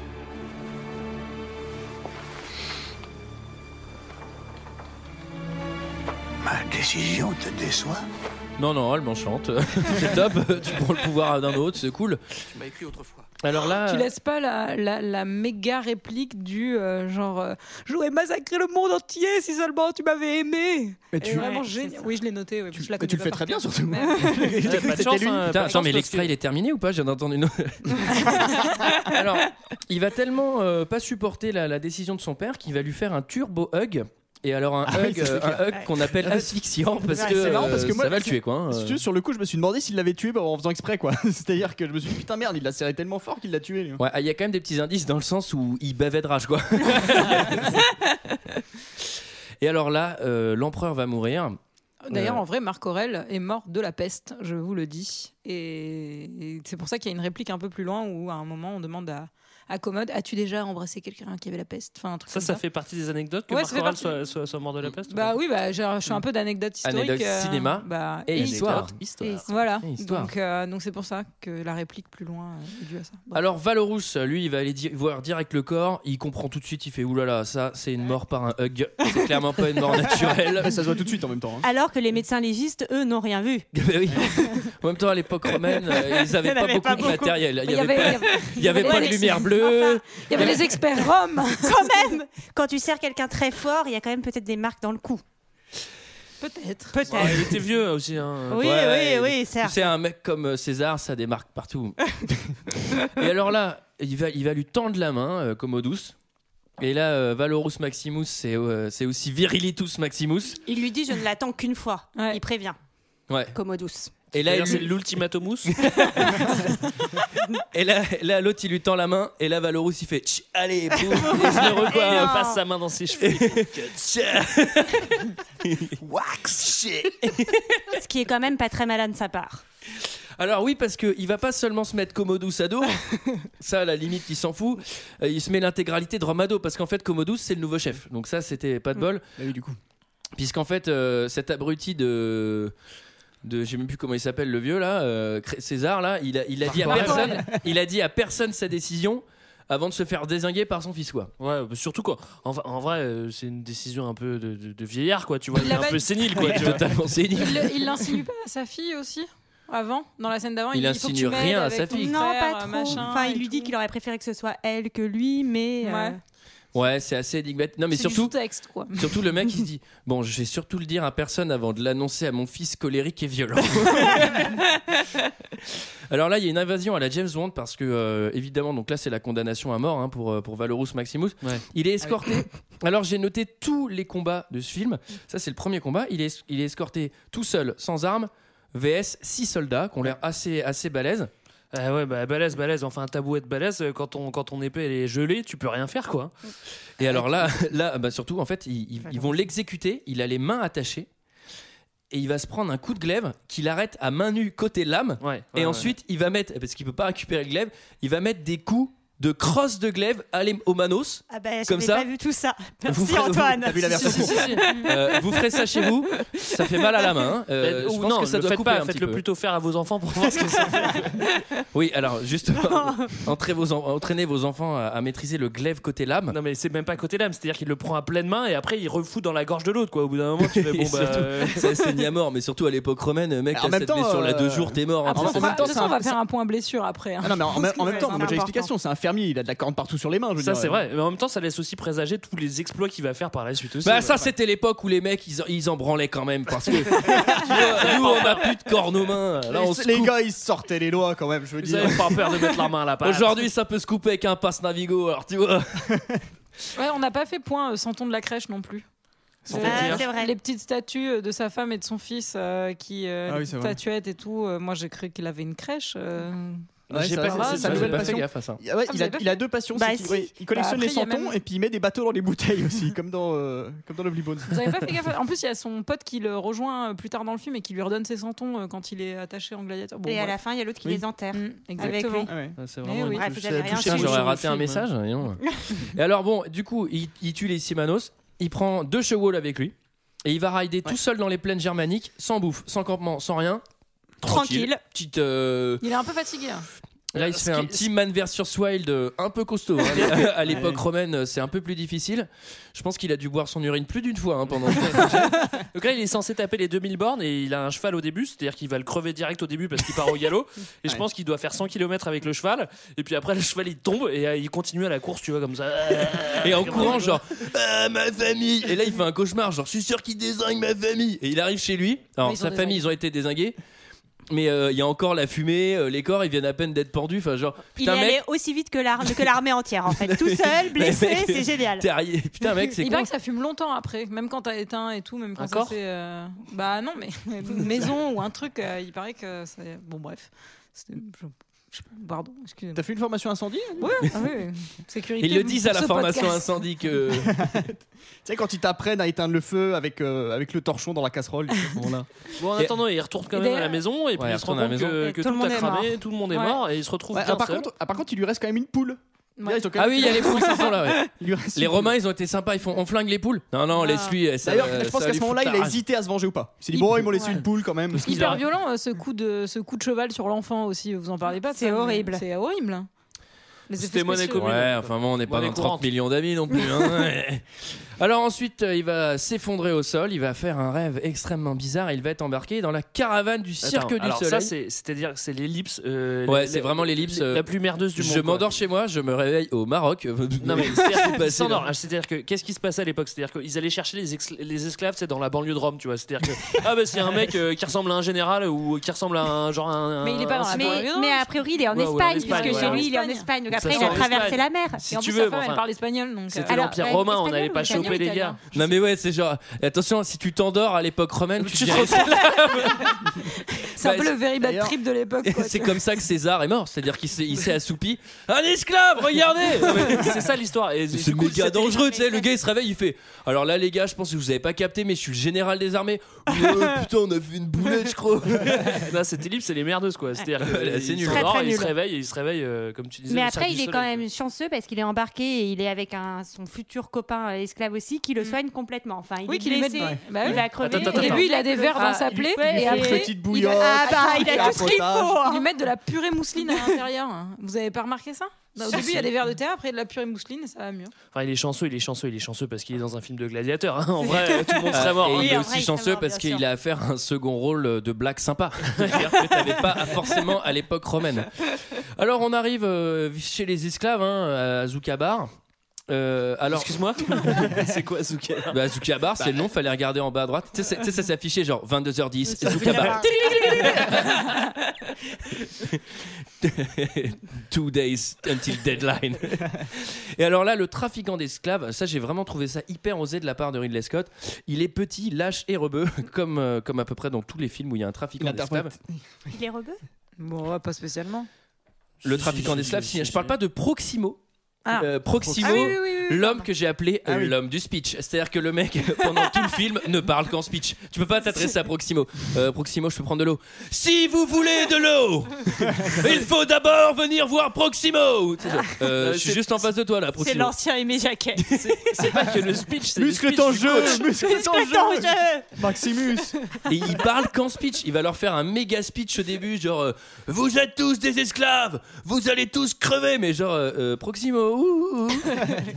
B: Ma décision te déçoit
A: Non, non, elle m'enchante. c'est top. tu prends le pouvoir d'un autre, c'est cool.
D: Tu m'as écrit autrefois.
A: Alors là.
F: Tu laisses pas la, la, la méga réplique du euh, genre euh, J'aurais massacré le monde entier si seulement tu m'avais aimé.
H: Mais
F: Et
H: tu,
F: vraiment
G: Ouais, c'est
F: génial.
G: ça.
F: Oui, je l'ai noté. oui, je la
H: mais tu
F: connais
H: le fais
F: pas
H: très
F: par
H: bien
F: cœur.
H: surtout.
F: Mais-
H: J'ai
C: Ouais,
H: cru
C: pas
H: que
C: de
H: c'était
C: chance,
H: lui.
C: hein,
A: Putain,
C: pas de
A: attends, mais
C: chance,
A: l'extrait il est terminé ou pas J'ai entendu une. Alors, il va tellement euh, pas supporter la, la décision de son père qu'il va lui faire un turbo hug. Et alors, un
H: Ah oui,
A: hug,
H: ça, c'est
A: euh, un
H: clair.
A: hug qu'on appelle asphyxiant parce
H: Ouais,
A: que,
H: c'est marrant parce que
A: euh,
H: moi,
A: ça va le
H: c'est-
A: tuer quoi. hein.
H: Si tu veux, sur le coup, je me suis demandé s'il l'avait tué bah, en faisant exprès, quoi. C'est-à-dire que je me suis dit, putain, merde, il l'a serré tellement fort qu'il l'a tué. lui.
A: euh. Ouais, ah, il y a quand même des petits indices dans le sens où il bavait de rage, quoi. Et alors là, euh, l'empereur va mourir.
F: D'ailleurs,
A: Ouais.
F: en vrai, Marc Aurel est mort de la peste, je vous le dis. Et, et c'est pour ça qu'il y a une réplique un peu plus loin où, à un moment, on demande à, à Commode As-tu déjà embrassé quelqu'un qui avait la peste Enfin, un truc
C: Ça,
F: comme
C: ça fait partie des anecdotes que
F: Ouais,
C: Marc
F: ça fait
C: Aurèle
F: partie.
C: soit, soit- soit mort de la peste. ou
F: Bah
C: pas
F: oui, bah, j'ai- je suis un peu d'anecdote historique.
A: Mm. Anecdote cinéma
F: bah,
A: et histoire.
C: Anecdote, histoire.
F: Voilà.
A: Et histoire.
F: Donc, euh, donc c'est pour ça que la réplique plus loin euh, est due à ça. Bref.
A: Alors Valorous, lui, il va aller di- voir direct le corps. Il comprend tout de suite. Il fait oulala, ça, c'est une mort par un hug. C'est clairement pas une mort naturelle.
H: Après, ça se voit tout de suite en même temps. hein.
G: Alors que les médecins légistes, eux, n'ont rien vu.
A: Bah oui. En même temps, à l'époque romaine, euh, ils
G: Il y en
A: avaient pas
G: avait
A: beaucoup
G: pas
A: de
G: beaucoup.
A: matériel. Il y
F: Il y
A: avait, pas-
F: avait-
A: il y avait
F: avait
A: pas de
F: les-
A: lumière bleue.
F: il y avait les experts roms
G: Quand même Quand tu serres quelqu'un très fort, il y a quand même peut-être des marques dans le cou.
F: Peut-être.
C: Ouais,
A: Ah,
G: Peut-être.
C: il était vieux aussi. hein.
G: Oui,
A: Ouais,
G: oui, oui, certes.
A: C'est un mec comme euh, César, ça démarque partout. et alors là, il va, il va lui tendre la main, euh, comme au douce. Et là, euh, Valorus Maximus, c'est euh, c'est aussi Virilitus Maximus.
G: Il lui dit je ne l'attends qu'une fois.
F: Ouais.
G: Il prévient,
A: Ouais.
G: comme au douce.
A: Et là,
C: D'ailleurs,
A: il
C: c'est
A: lui-
C: l'ultimatumus.
A: et là, là, l'autre, il lui tend la main. Et là, Valorus, il fait Tch, Allez, boum, et je le re-
C: Pourquoi
G: Et
C: euh,
G: non.
C: passe sa main dans ses cheveux
A: Tch.
G: Ce qui est quand même pas très malin de sa part.
A: Alors oui, parce qu'il va pas seulement se mettre Commodus à dos, ça à la limite il s'en fout, Euh, il se met l'intégralité de Rome à dos, parce qu'en fait Commodus c'est le nouveau chef, donc ça c'était pas de bol,
H: Bah oui, du coup.
A: puisqu'en fait euh, cet abruti de... De, je sais même plus comment il s'appelle le vieux là, euh, Cré- César là, il a, il a dit à
C: Marc
F: Aurèle.
A: personne, il a dit à personne sa décision avant de se faire désinguer par son fils quoi.
C: Ouais, bah, surtout quoi. En, va- en vrai, euh, c'est une décision un peu de, de- de vieillard quoi. Tu vois,
F: Il
C: il est
F: l'a
C: un
F: pas
C: peu
F: dit.
C: sénile quoi. tu vois.
A: Totalement sénile.
F: Il le- il l'insinue pas à sa fille aussi Avant Dans la scène d'avant,
A: Il
F: dit, faut que
A: insinue
F: tu m'aides
A: rien à
F: avec
A: sa
F: ton
A: fille.
G: non,
F: frère,
G: pas trop.
F: machin
G: enfin, il
F: et
G: lui dit
F: tout.
G: qu'il aurait préféré que ce soit elle que lui, mais. euh,
F: Ouais.
A: Ouais, c'est assez énigmatique. Non mais
F: C'est du
A: surtout,
F: sous-texte, quoi.
A: surtout le mec il se dit bon, je vais surtout le dire à personne avant de l'annoncer à mon fils colérique et violent. Alors là, il y a une invasion à la James Bond parce que euh, évidemment, donc là, c'est la condamnation à mort hein, pour euh, pour Valorous Maximus.
C: Ouais.
A: Il est escorté. Alors j'ai noté tous les combats de ce film. Ça, c'est le premier combat. Il est il est escorté tout seul, sans armes. VS, six soldats qui ont l'air assez assez balèzes.
C: Ah ouais, bah balèze, balèze. Enfin, un tabouet de balèze. euh, Quand ton, quand ton épée elle est gelée, tu peux rien faire quoi.
A: Et alors là, là, bah surtout, en fait, ils, ils- ils vont l'exécuter. Il a les mains attachées et il va se prendre un coup de glaive qu'il arrête à main nue côté lame.
C: Ouais.
A: Et ensuite, il va mettre, parce qu'il peut pas récupérer le glaive, il va mettre des coups de crosse de glaive à l'é- au manos.
G: Ah ben,
A: Comme
G: j'avais
A: ça,
G: pas vu tout ça.
A: vous
G: Merci
A: ferez- vous-
G: Antoine.
A: t'as vu la
G: Si,
A: version
G: si, si, si.
A: Euh, vous ferez ça chez vous, ça fait mal à la main. hein. Euh, je pense
C: non,
A: que ça
C: le
A: doit
C: faites
A: couper
C: pas,
A: un petit
C: faites-le
A: peu.
C: plutôt faire à vos enfants pour voir ce que ça fait.
A: Oui, alors justement, entraînez vos, en- entraînez vos enfants à, à maîtriser le glaive côté lame.
C: Non, mais c'est même pas côté lame, c'est-à-dire qu'il le prend à pleine main et après il refout dans la gorge de l'autre quoi. Au bout d'un moment, tu fais
A: Et
C: bon bah.
A: surtout-
C: euh,
A: Ça saigne à mort, mais surtout à l'époque romaine, mec,
H: En
A: t'as
H: même
A: cette
H: temps,
A: blessure là
H: euh,
A: deux jours, t'es mort. hein.
F: Après,
H: en
F: on
H: même
F: fera-
H: temps,
F: de toute
H: c'est
F: façon, on
H: un-
F: va faire un point blessure après. hein.
H: Ah non, mais en, en
G: que
H: même
G: c'est
H: temps, on a déjà
G: important.
H: l'explication. C'est un fermier, il a de la corne partout sur les mains. Je veux
C: Ça
H: dire.
C: c'est vrai, mais en même temps ça laisse aussi présager tous les exploits qu'il va faire par la suite aussi.
A: Bah ça c'était l'époque où les mecs ils, en- ils en branlaient quand même parce que tu vois, nous on a plus de cornes aux mains là on
H: Les,
A: se
H: les
A: coupe.
H: gars, ils sortaient les lois quand même, je veux
C: Vous
H: dire.
C: avez pas peur de mettre la main à la pâte.
A: aujourd'hui ça peut se couper avec un passe Navigo alors tu vois
F: Ouais, on n'a pas fait point euh, Santon de la crèche non plus.
C: Sans
F: Euh,
C: plaisir.
G: Ah, c'est vrai.
F: Les petites statues euh, de sa femme et de son fils euh, qui euh,
H: Ah
F: les
H: oui, c'est
F: petites
H: vrai.
F: statuettes et tout. euh, moi, j'ai cru qu'il avait une crèche. euh.
H: Ouais,
C: J'ai
H: ça-
C: pas-
H: ça-
C: c'est-
H: ça-
C: c'est
H: Ah, ça-
C: pas-
H: j'ai
C: j'ai pas
H: pas fait
C: fait
H: gaffe.
C: gaffe à ça.
H: Ah ouais,
F: Ah, vous
H: il, a,
F: avez pas
H: il a deux passions,
G: Bah,
H: c'est qu'il
G: si.
H: ouais, il collectionne
F: Bah,
H: les
F: après, il y a
H: santons
F: même-
H: et puis il met des bateaux dans les bouteilles aussi, comme dans, euh, comme dans Lovely Bones.
F: Vous avez pas fait gaffe En plus, il y a son pote qui le rejoint euh, plus tard dans le film et qui lui redonne ses santons euh, quand il est attaché en gladiateur. Bon,
G: Et à la
F: bref.
G: fin, il y a l'autre qui
H: Oui. Euh,
G: les enterre.
F: Mm, exactement.
G: lui.
H: Ah ouais.
C: C'est
F: Eh
C: vraiment
F: oui.
C: une
G: Bref,
C: touche-
G: vous avez rien
C: touche
G: su.
A: Putain,
C: sur
A: j'aurais
C: le
A: raté un
C: film, hein.
A: message voyons. et alors bon du coup il, il tue les Simanos il prend deux chevaux avec lui Et il va rider tout seul dans les plaines germaniques, sans bouffe, sans campement, sans rien.
G: Tranquille.
A: Petite, euh,
F: Il est un peu fatigué. hein.
A: Là, il se
C: Euh, Ce
A: fait
C: qui-
A: un petit Man versus Wild euh, un peu costaud. hein. à l'époque romaine, euh, c'est un peu plus difficile. Je pense qu'il a dû boire son urine plus d'une fois hein, pendant.
C: Donc là, il est censé taper les 2000 bornes et il a un cheval au début, c'est-à-dire qu'il va le crever direct au début parce qu'il part au galop. Et je
H: Ouais.
C: pense qu'il doit faire 100 km avec le cheval. Et puis après, le cheval il tombe et euh, il continue à la course, tu vois, comme ça.
A: Et en courant, genre, Ah, ma famille. Et là, il fait un cauchemar. Genre, je suis sûr qu'il désingue ma famille. Et il arrive chez lui. Alors,
F: Mais ils ont
A: sa
F: désingué.
A: famille, ils ont été désingués. Mais euh, il y a encore la fumée, euh, les corps, ils viennent à peine d'être pendus. Enfin, genre,
G: Il est
A: putain,
G: allé
A: mec,
G: aussi vite que l'ar- que l'armée entière, en fait. Tout seul, blessé,
A: mec,
G: c'est génial.
A: t'es arrivé. Putain, mec, c'est
F: Il
A: con.
F: paraît que ça fume longtemps après, même quand t'as éteint et tout, même quand
C: Un
F: ça
C: corps
F: fait. euh, Bah non, mais une maison ou un truc, euh, il paraît que c'est. Bon, bref. C'était- je- je- Pardon, excusez-moi.
H: T'as fait une formation incendie hein
F: Oui, ah oui, oui. sécurité.
A: Ils le disent à
F: pour
A: la
F: ce
A: formation
F: podcast.
A: incendie que.
H: Tu sais, quand ils t'apprennent à éteindre le feu avec, euh, avec le torchon dans la casserole, ils font, voilà.
C: Bon, en
A: Et-
C: attendant, il retourne quand
F: Et
C: même à la
F: d'ailleurs-
C: maison et puis
A: Ouais, il
C: il se rend
A: retourne à la
C: compte
A: maison.
C: que,
G: Et
C: que
G: tout
C: tout,
G: le monde
C: a
G: est
C: cramé, tout le monde est
F: Ouais.
C: mort et il se retrouve
H: Ouais,
C: bien
H: ah, par,
C: seul.
H: contre, ah, par contre, il lui reste quand même une poule.
F: Ouais.
H: Là, ils ont quand
A: Ah
H: même-
A: oui, il y a les poules qui sont là, ouais.
H: il lui reste
A: Les
H: une poule.
A: Romains, ils ont été sympas. Ils font, on flingue les poules. Non, non,
F: Ah.
A: laisse-lui. eh, ça-
H: D'ailleurs, je
A: ça
H: pense
A: va
H: qu'à
A: lui
H: ce moment-là,
A: foutre
H: il
A: la
H: a
A: rage.
H: hésité à se venger ou pas. Il s'est dit,
F: Il-
H: bon, ils m'ont laissé
F: ouais.
H: une poule quand même.
C: Il
F: Hyper
C: a-
F: violent euh, ce coup de ce coup de cheval sur l'enfant aussi, vous en parlez pas. de
G: C'est
F: ça, mais
G: horrible.
F: C'est horrible. Les
C: C'était
F: effets
C: monnaie
F: spéciaux.
C: commune.
A: Ouais, enfin bon, on n'est pas
C: Monnaie
A: dans 30
C: courante.
A: millions d'amis non plus. hein. Ouais. Alors ensuite, euh, il va s'effondrer au sol, il va faire un rêve extrêmement bizarre, il va être embarqué dans la caravane du cirque
C: Attends,
A: du
C: alors ça,
A: soleil.
C: c'est- c'est-à-dire que c'est l'ellipse. euh,
A: Ouais,
C: la-
A: c'est
C: la-
A: vraiment l'ellipse,
C: La
A: euh,
C: plus merdeuse du monde.
A: je
C: quoi.
A: m'endors chez moi, je me réveille au Maroc.
C: Non mais
A: s'est passé,
C: c'est
A: là
C: ah, c'est-à-dire que qu'est-ce qui se passait à l'époque C'est-à-dire qu'ils allaient chercher les, ex- les esclaves, c'est dans la banlieue de Rome, tu vois. C'est-à-dire que ah bah c'est un mec euh, qui ressemble à un général ou qui ressemble à un genre un.
F: Mais il est pas dans la
C: un-
G: Mais,
F: Ouais.
G: mais a priori, il est en
C: Ouais, ouais, en
G: Espagne,
C: Espagne,
G: puisque
F: ouais,
G: chez
F: en
G: lui, il est en
F: Espagne.
G: Espagne. Donc
C: Ça
G: après,
C: sent
G: il a
C: en
G: traversé
C: Espagne.
G: la mer.
C: Si
F: Et en
C: tu
F: plus,
C: veux,
F: sa femme,
C: enfin,
F: elle parle espagnol, donc. euh,
C: C'était
G: Alors,
C: l'empire
G: ouais,
C: romain, on
G: espagnol
C: n'allait
G: ou
C: pas
G: italien
C: choper
G: ou
C: les gars.
G: italien
A: Non mais ouais, c'est genre attention, si tu t'endors à l'époque romaine, tu,
C: Tu
A: te
C: te
A: dis-
F: C'est un
A: Bah,
F: peu le very bad
H: d'ailleurs-
F: trip de l'époque. quoi,
A: C'est
F: tu
A: comme ça que César est mort, c'est-à-dire qu'il s'est il s'est assoupi. Un esclave, regardez.
C: c'est ça l'histoire. Et
A: C'est
C: du coup,
A: méga
C: c'était-
A: dangereux, tu sais. Le gars il se réveille, il fait Alors là, les gars, je pense que vous avez pas capté, mais je suis le général des armées. Ouais, putain, on a fait une boulette, je crois.
C: Non, cette ellipse, c'est les merdeuses quoi. C'est-à-dire que,
A: Ouais,
C: euh,
A: c'est
C: ils
A: nul.
C: sont
G: Très,
C: morts
G: très
C: et ils se
G: nul.
C: réveillent et ils se réveillent euh, comme tu disais.
G: Mais
C: au
G: après,
C: cercle
G: il
C: du
G: est quand
C: soleil.
G: même chanceux parce qu'il est embarqué et il est avec un, son futur copain euh, esclave aussi qui le
C: Mm.
G: soigne complètement. Enfin, il
F: Oui,
G: est
F: qu'il les
G: blessé,
F: mette- Ouais. Bah
G: il
F: oui.
G: va crever. Ah,
C: Attends, attends,
F: Au début, il a des verres dans sa plaie,
G: Ouais,
F: et
G: et-
F: après,
H: Petite
F: il
H: bouillotte.
G: Ah bah, il a
H: un
G: tout ce qu'il
H: potage.
G: faut.
F: vois. Ils lui mettent de la purée mousseline à l'intérieur. hein. Vous avez pas remarqué ça Bah, Au début, il y a des verres de terre, après il y a de la purée mousseline, et ça va mieux.
C: Enfin, il est chanceux, il est chanceux, il est chanceux parce qu'il est dans un film de gladiateur. hein. En vrai, tout le monde serait mort.
A: Et
C: hein.
A: il
G: Oui,
A: est
G: en
A: aussi
G: vrai, il serait
A: chanceux
G: mort,
A: parce
G: bien
A: qu'il
G: sûr.
A: a à faire un second rôle de blague sympa. C'est-à-dire que t'avais pas forcément à l'époque romaine. Alors on arrive euh, chez les esclaves, hein, à Zoukabar. Euh, alors,
C: Excuse-moi. c'est quoi Zuka
A: bah, Zoukabar, c'est le nom, fallait regarder en bas à droite. Tu sais, c'est- tu sais, ça s'affichait genre 22h10, Zoukabar.
G: Zoukabar.
A: Two days until deadline. Et alors là, le trafiquant d'esclaves, ça j'ai vraiment trouvé ça hyper osé de la part de Ridley Scott. Il est petit, lâche et rebeu, comme, euh, comme à peu près dans tous les films où il y a un trafiquant d'esclaves.
G: Il est rebeu.
F: Bon, ouais, pas spécialement.
A: Le
C: Si,
A: trafiquant
C: si,
A: d'esclaves,
C: si,
A: si,
C: si,
A: je parle
C: si.
A: pas de Proximo.
F: Ah.
A: Euh, Proximo,
F: Ah oui, oui, oui, oui, oui.
A: l'homme que j'ai appelé euh,
H: Ah oui.
A: l'homme du speech. C'est-à-dire que le mec, pendant tout le film, ne parle qu'en speech. Tu peux pas t'adresser à Proximo. Euh, Proximo, je peux prendre de l'eau. Si vous voulez de l'eau, il faut d'abord venir voir Proximo. Tu sais, genre, euh, je suis
C: c'est-
A: juste en face de toi là,
G: C'est
A: Proximo.
G: l'ancien Aimé Jacquet.
C: C'est pas que le speech, c'est le
H: Muscle
C: speech
H: ton
C: du
H: jeu
C: coach.
H: Muscle ton
G: Attends,
H: jeu
G: je-
H: Maximus
A: Et il parle qu'en speech. Il va leur faire un méga speech au début, genre euh, Vous êtes tous des esclaves, vous allez tous crever. Mais genre, euh, euh, Proximo, ouh, ouh, ouh.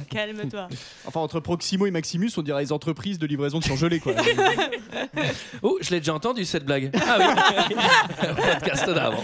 G: Calme-toi.
H: Enfin, entre Proximo et Maximus, on dirait les entreprises de livraison de surgelés, quoi.
A: Oh, je l'ai déjà entendu cette blague. Ah oui. Podcast d'avant.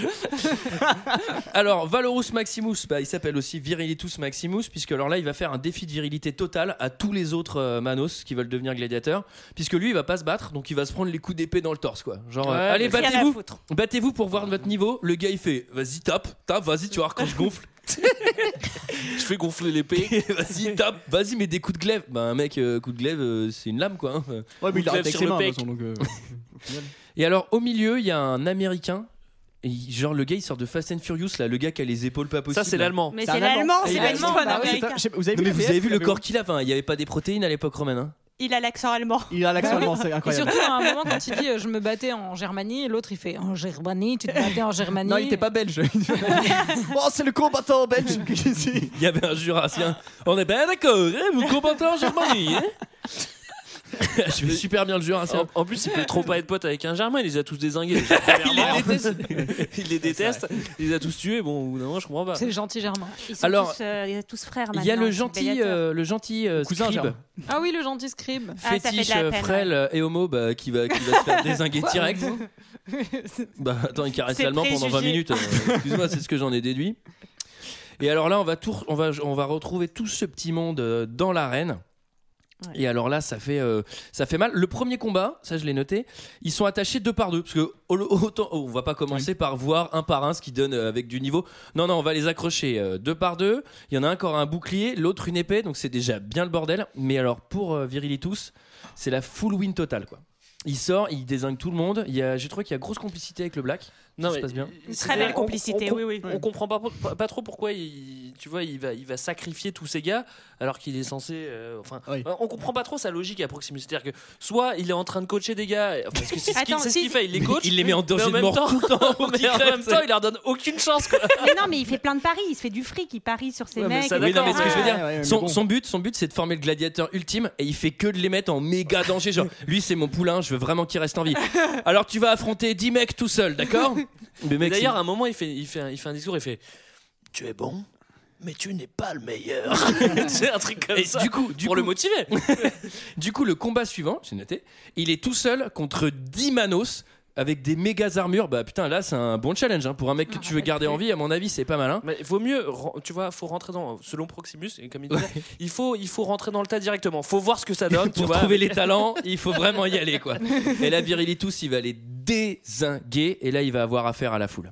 A: Alors, Valorus Maximus, bah, il s'appelle aussi Virilitus Maximus, puisque alors là, il va faire un défi de virilité totale à tous les autres euh, Manos qui veulent devenir gladiateurs, puisque lui, il va pas se battre, donc il va se prendre les coups d'épée dans le torse, quoi. Genre, euh,
C: Ouais,
A: allez,
G: Rien à
A: battez-vous,
G: foutre.
A: battez-vous pour voir votre niveau. Le gars, il fait, vas-y, tape, tape, vas-y, tu vas voir quand je gonfle.
C: Je fais gonfler l'épée.
A: vas-y, tape, vas-y, mais des coups de glaive. Bah, un mec, euh, coup de glaive, euh, c'est une lame, quoi. hein.
H: Ouais, mais il
C: Ou
H: arrête
C: de
H: avec
C: sur
H: ses
C: le
H: mains, de
C: pec.
H: toute façon, donc, euh,
A: Et alors, au milieu, il y a un américain. Et il- genre, le gars, il sort de Fast and Furious, là, le gars qui a les épaules pas possibles.
C: Ça, c'est l'allemand.
G: Mais
H: C'est
G: c'est
H: un Allemand.
G: l'allemand,
F: Et
G: c'est
F: il
G: pas
F: est
G: du tout
F: allemand,
G: un
F: bah oui.
H: c'est un-
G: américain.
H: je sais pas, Vous avez
A: Non, mais
H: vu,
A: vous
H: la VF,
A: avez vu le
H: mais
A: corps qu'il a, enfin, il n'y avait pas des protéines à l'époque romaine. hein.
G: Il a l'accent allemand.
H: Il a l'accent allemand, c'est
F: Et
H: incroyable.
F: surtout, à un moment, quand il dit euh, Je me battais en Germanie, et l'autre il fait En Germanie, tu te battais en Germanie.
H: Non, il était pas belge. oh, c'est le combattant belge que j'ai ici.
A: Il y avait un jurassien. On est bien d'accord, hein, vous combattez en Germanie. hein. je vais super bien le Jurassien.
G: En, en plus, il peut trop pas être pote avec un Germain, il les a tous dézingués. les gens, premièrement. il les déteste, il les a tous tués. Bon, au bout d'un moment, je comprends pas.
J: C'est le gentil Germain.
F: Ils sont
A: Alors,
F: tous, euh, ils sont tous frères maintenant.
A: Il y a le
F: ils sont
A: gentil,
F: gladiateurs.
A: euh, le gentil euh,
H: Cousin,
A: scribe,
H: Germain.
J: Ah oui, le gentil scribe.
F: Ah, ça fait de la
A: fétiche,
F: peine,
A: euh,
F: ouais.
A: frêle euh, et homo bah, qui, va, qui va se faire désinguer
J: Quoi
A: direct. Bah, attends, il caresse
F: C'est
A: l'allemand pendant 20
F: préjugé.
A: minutes. euh, Excuse-moi, c'est ce que j'en ai déduit. Et alors là, on va, tout, on va, on va retrouver tout ce petit monde euh, dans l'arène.
F: Ouais.
A: Et alors là, ça fait, euh, ça fait mal. Le premier combat, ça je l'ai noté, ils sont attachés deux par deux. Parce que au- autant, oh, on va pas commencer par voir un par un ce qui donne euh, avec du niveau. Non, non, on va les accrocher euh, deux par deux. Il y en a un qui aura un bouclier, l'autre une épée. Donc c'est déjà bien le bordel. Mais alors pour euh, Virilitus, c'est la full win totale. quoi. Il sort, il désingue tout le monde. Il y a- J'ai trouvé qu'il y a grosse complicité avec le Black. ça
G: Non,
A: se
G: mais-
A: passe bien.
F: Une
G: c'est-
F: très belle
G: on-
F: complicité,
G: on-
F: oui, oui.
G: On comprend pas, pas, pas trop pourquoi il, tu vois, il va, il va sacrifier tous ces gars alors qu'il est censé. euh, enfin,
H: Oui.
G: on comprend pas trop sa logique à Proximus. C'est-à-dire que soit il est en train de coacher des gars, enfin, parce que c'est ce qu'il
F: Attends,
G: c'est ce
F: si-
G: qu'il fait, il les coach.
A: Il les met en
G: mais
A: danger
G: en
A: de
G: même
A: mort
G: temps,
A: tout le temps. pour
G: mais
A: qu'ils
G: en
A: crèvent,
G: même temps, il leur donne aucune chance. quoi.
F: Mais non, mais il fait plein de paris. Il se fait du fric. Il parie sur ses
G: Ouais, mais
F: mecs.
G: ça,
A: Oui, non,
G: d'accord,
A: mais ce que je veux
F: etc.
A: dire,
H: Ah, Ouais, ouais, mais
A: son,
H: bon.
A: son but, son but, c'est de former le gladiateur ultime et il fait que de les mettre en méga danger. Genre, lui, c'est mon poulain, je veux vraiment qu'il reste en vie. Alors, tu vas affronter 10 mecs tout seul, d'accord Mais
G: Mais
A: mec,
G: d'ailleurs, à
A: c'est-
G: un moment, il fait, il fait, un, il fait un discours, il fait Tu es bon, mais tu n'es pas le meilleur. c'est un truc comme
A: et
G: ça.
A: du coup, du
G: pour
A: coup,
G: le motiver.
A: du coup, le combat suivant, j'ai noté, il est tout seul contre 10 manos avec des méga armures. Bah putain, là, c'est un bon challenge hein. pour un mec que tu veux garder en vie. À mon avis, c'est pas malin.
G: Mais vaut mieux, ren- tu vois, faut rentrer dans, selon Proximus, et comme il disait, il, faut, il faut rentrer dans le tas directement. Faut voir ce que ça donne. tu
A: pour
G: vois.
A: trouver les talents, il faut vraiment y aller quoi. Et là, Virilitus, il va les désinguer et là, il va avoir affaire à la foule.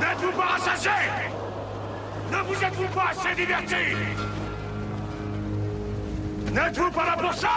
I: N'êtes-vous pas rassasiés Ne vous êtes-vous pas assez divertis N'êtes-vous pas là pour ça